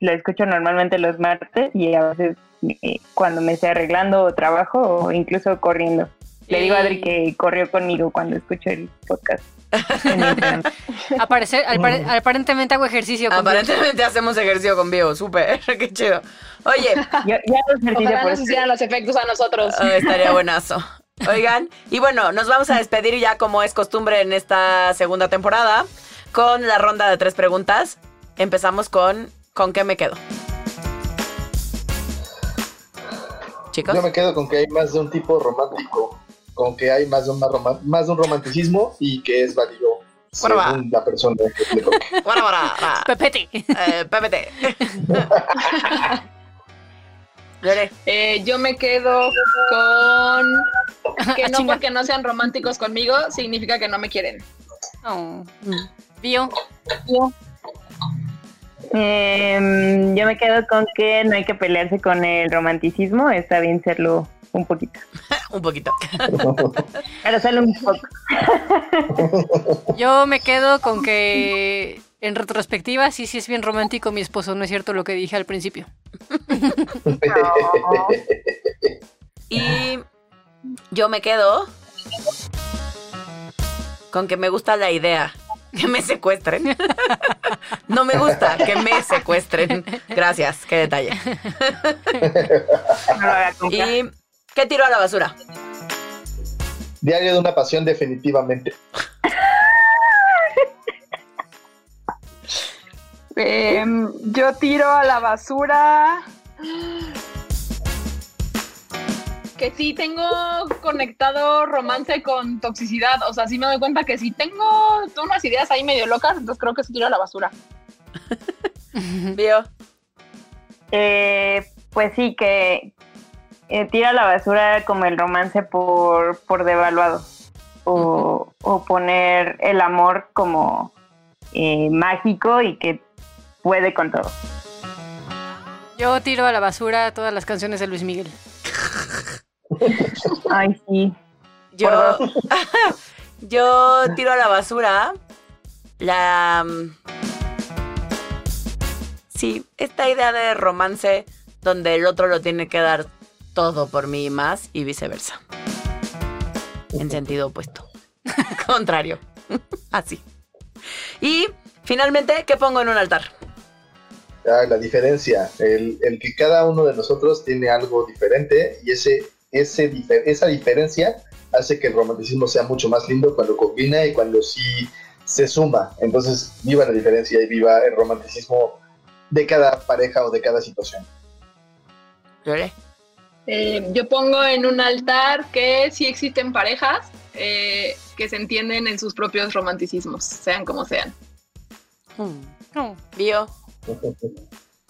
Speaker 6: Lo escucho normalmente los martes y a veces eh, cuando me estoy arreglando o trabajo o incluso corriendo. Le digo a Adri que corrió conmigo cuando escucho el podcast. En Instagram.
Speaker 3: Aparecer, alpare- aparentemente hago ejercicio. con-
Speaker 2: Aparentemente Ah, hacemos ejercicio con Bio. Súper, qué chido. Oye, oh,
Speaker 6: Yo- ya lo advertí de
Speaker 5: Ojalá
Speaker 6: por
Speaker 5: nos hicieran los efectos a nosotros.
Speaker 2: Ah, estaría buenazo. Oigan, y bueno, nos vamos a despedir ya como es costumbre en esta segunda temporada con la ronda de tres preguntas. Empezamos con ¿con qué me quedo? Chicos,
Speaker 4: Yo me quedo con que hay más de un tipo romántico, con que hay más de un, más roma- más de un romanticismo y que es válido
Speaker 2: Bueno, va.
Speaker 4: según la persona que le toque.
Speaker 2: Bueno, bueno, va.
Speaker 3: Pepete.
Speaker 2: Eh, PPT. Lore,
Speaker 5: Eh, yo me quedo con que no
Speaker 3: Chinga.
Speaker 5: porque no sean románticos conmigo significa que no me quieren.
Speaker 3: Oh. Bio.
Speaker 6: Em, yo me quedo con que no hay que pelearse con el romanticismo, está bien serlo un poquito.
Speaker 2: un poquito.
Speaker 6: Pero solo un poco.
Speaker 3: Yo me quedo con que en retrospectiva sí, sí es bien romántico mi esposo, no es cierto lo que dije al principio.
Speaker 2: Y yo me quedo con que me gusta la idea que me secuestren. No me gusta que me secuestren. Gracias, qué detalle.
Speaker 6: No lo haga con plan.
Speaker 2: ¿Y qué tiro a la basura?
Speaker 4: Diario de una pasión definitivamente.
Speaker 5: Em, yo tiro a la basura. Que sí tengo conectado romance con toxicidad. O sea, sí me doy cuenta que sí tengo unas ideas ahí medio locas, entonces creo que sí tiro a la basura.
Speaker 2: Vio.
Speaker 6: Eh, pues sí, que eh, tira a la basura como el romance por, por devaluado. O, o poner el amor como eh, mágico y que puede con todo.
Speaker 3: Yo tiro a la basura todas las canciones de Luis Miguel.
Speaker 6: Ay, sí.
Speaker 2: Yo,
Speaker 6: Por
Speaker 2: yo tiro a la basura la... mm, Sí, esta idea de romance donde el otro lo tiene que dar todo por mí y más y viceversa. En sentido opuesto. Contrario. Así. Y finalmente, ¿qué pongo en un altar?
Speaker 4: Ah, la diferencia, el, el que cada uno de nosotros tiene algo diferente y ese, ese difer- esa diferencia hace que el romanticismo sea mucho más lindo cuando combina y cuando sí se suma. Entonces, viva la diferencia y viva el romanticismo de cada pareja o de cada situación.
Speaker 2: Lore.
Speaker 5: Eh, yo pongo en un altar que sí existen parejas eh, que se entienden en sus propios romanticismos, sean como sean.
Speaker 3: No.
Speaker 2: Bio.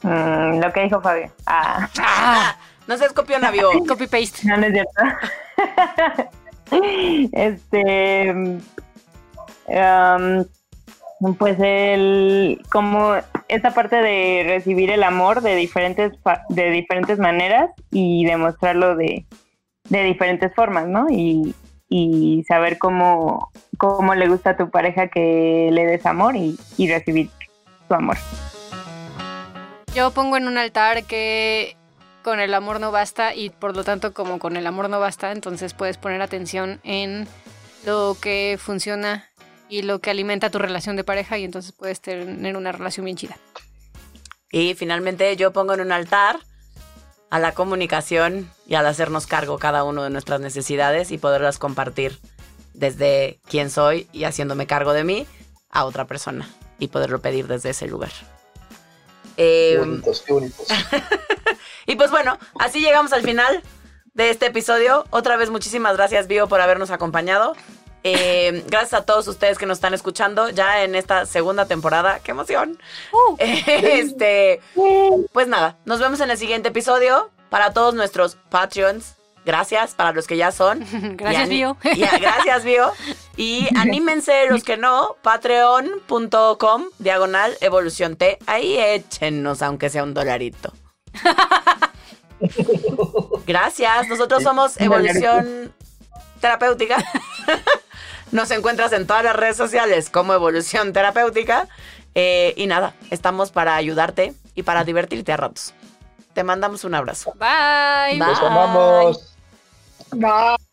Speaker 6: Mm, lo que dijo Fabio. Ah,
Speaker 3: Ah,
Speaker 2: No seas copiona, Bio.
Speaker 3: copy paste.
Speaker 6: no, no es cierto. este. um, pues el. Como esta parte de recibir el amor de diferentes, fa- de diferentes maneras y demostrarlo de, de diferentes formas, ¿no? Y, y saber cómo, cómo le gusta a tu pareja que le des amor y, y recibir tu amor.
Speaker 3: Yo pongo en un altar que con el amor no basta y por lo tanto como con el amor no basta, entonces puedes poner atención en lo que funciona y lo que alimenta tu relación de pareja y entonces puedes tener una relación bien chida.
Speaker 2: Y finalmente yo pongo en un altar a la comunicación y al hacernos cargo cada uno de nuestras necesidades y poderlas compartir desde quién soy y haciéndome cargo de mí a otra persona y poderlo pedir desde ese lugar.
Speaker 4: Qué
Speaker 2: Eh,
Speaker 4: bonitos, qué bonitos.
Speaker 2: y pues bueno, así llegamos al final de este episodio. Otra vez muchísimas gracias, Bio, por habernos acompañado. Eh, gracias a todos ustedes que nos están escuchando ya en esta segunda temporada. ¡Qué emoción! este, pues nada, nos vemos en el siguiente episodio. Para todos nuestros Patreons, Gracias para los que ya son.
Speaker 3: Gracias,
Speaker 2: Y
Speaker 3: Bio.
Speaker 2: ani- y a- gracias, Bio. Y anímense los que no, patreon.com, diagonal, evolución T. Ahí échenos, aunque sea un dolarito. Gracias, nosotros somos Evolución Terapéutica. Nos encuentras en todas las redes sociales como Evolución Terapéutica. Eh, y nada, estamos para ayudarte y para divertirte a ratos. Te mandamos un abrazo.
Speaker 3: Bye.
Speaker 2: Bye.
Speaker 4: Los amamos.
Speaker 5: Bye.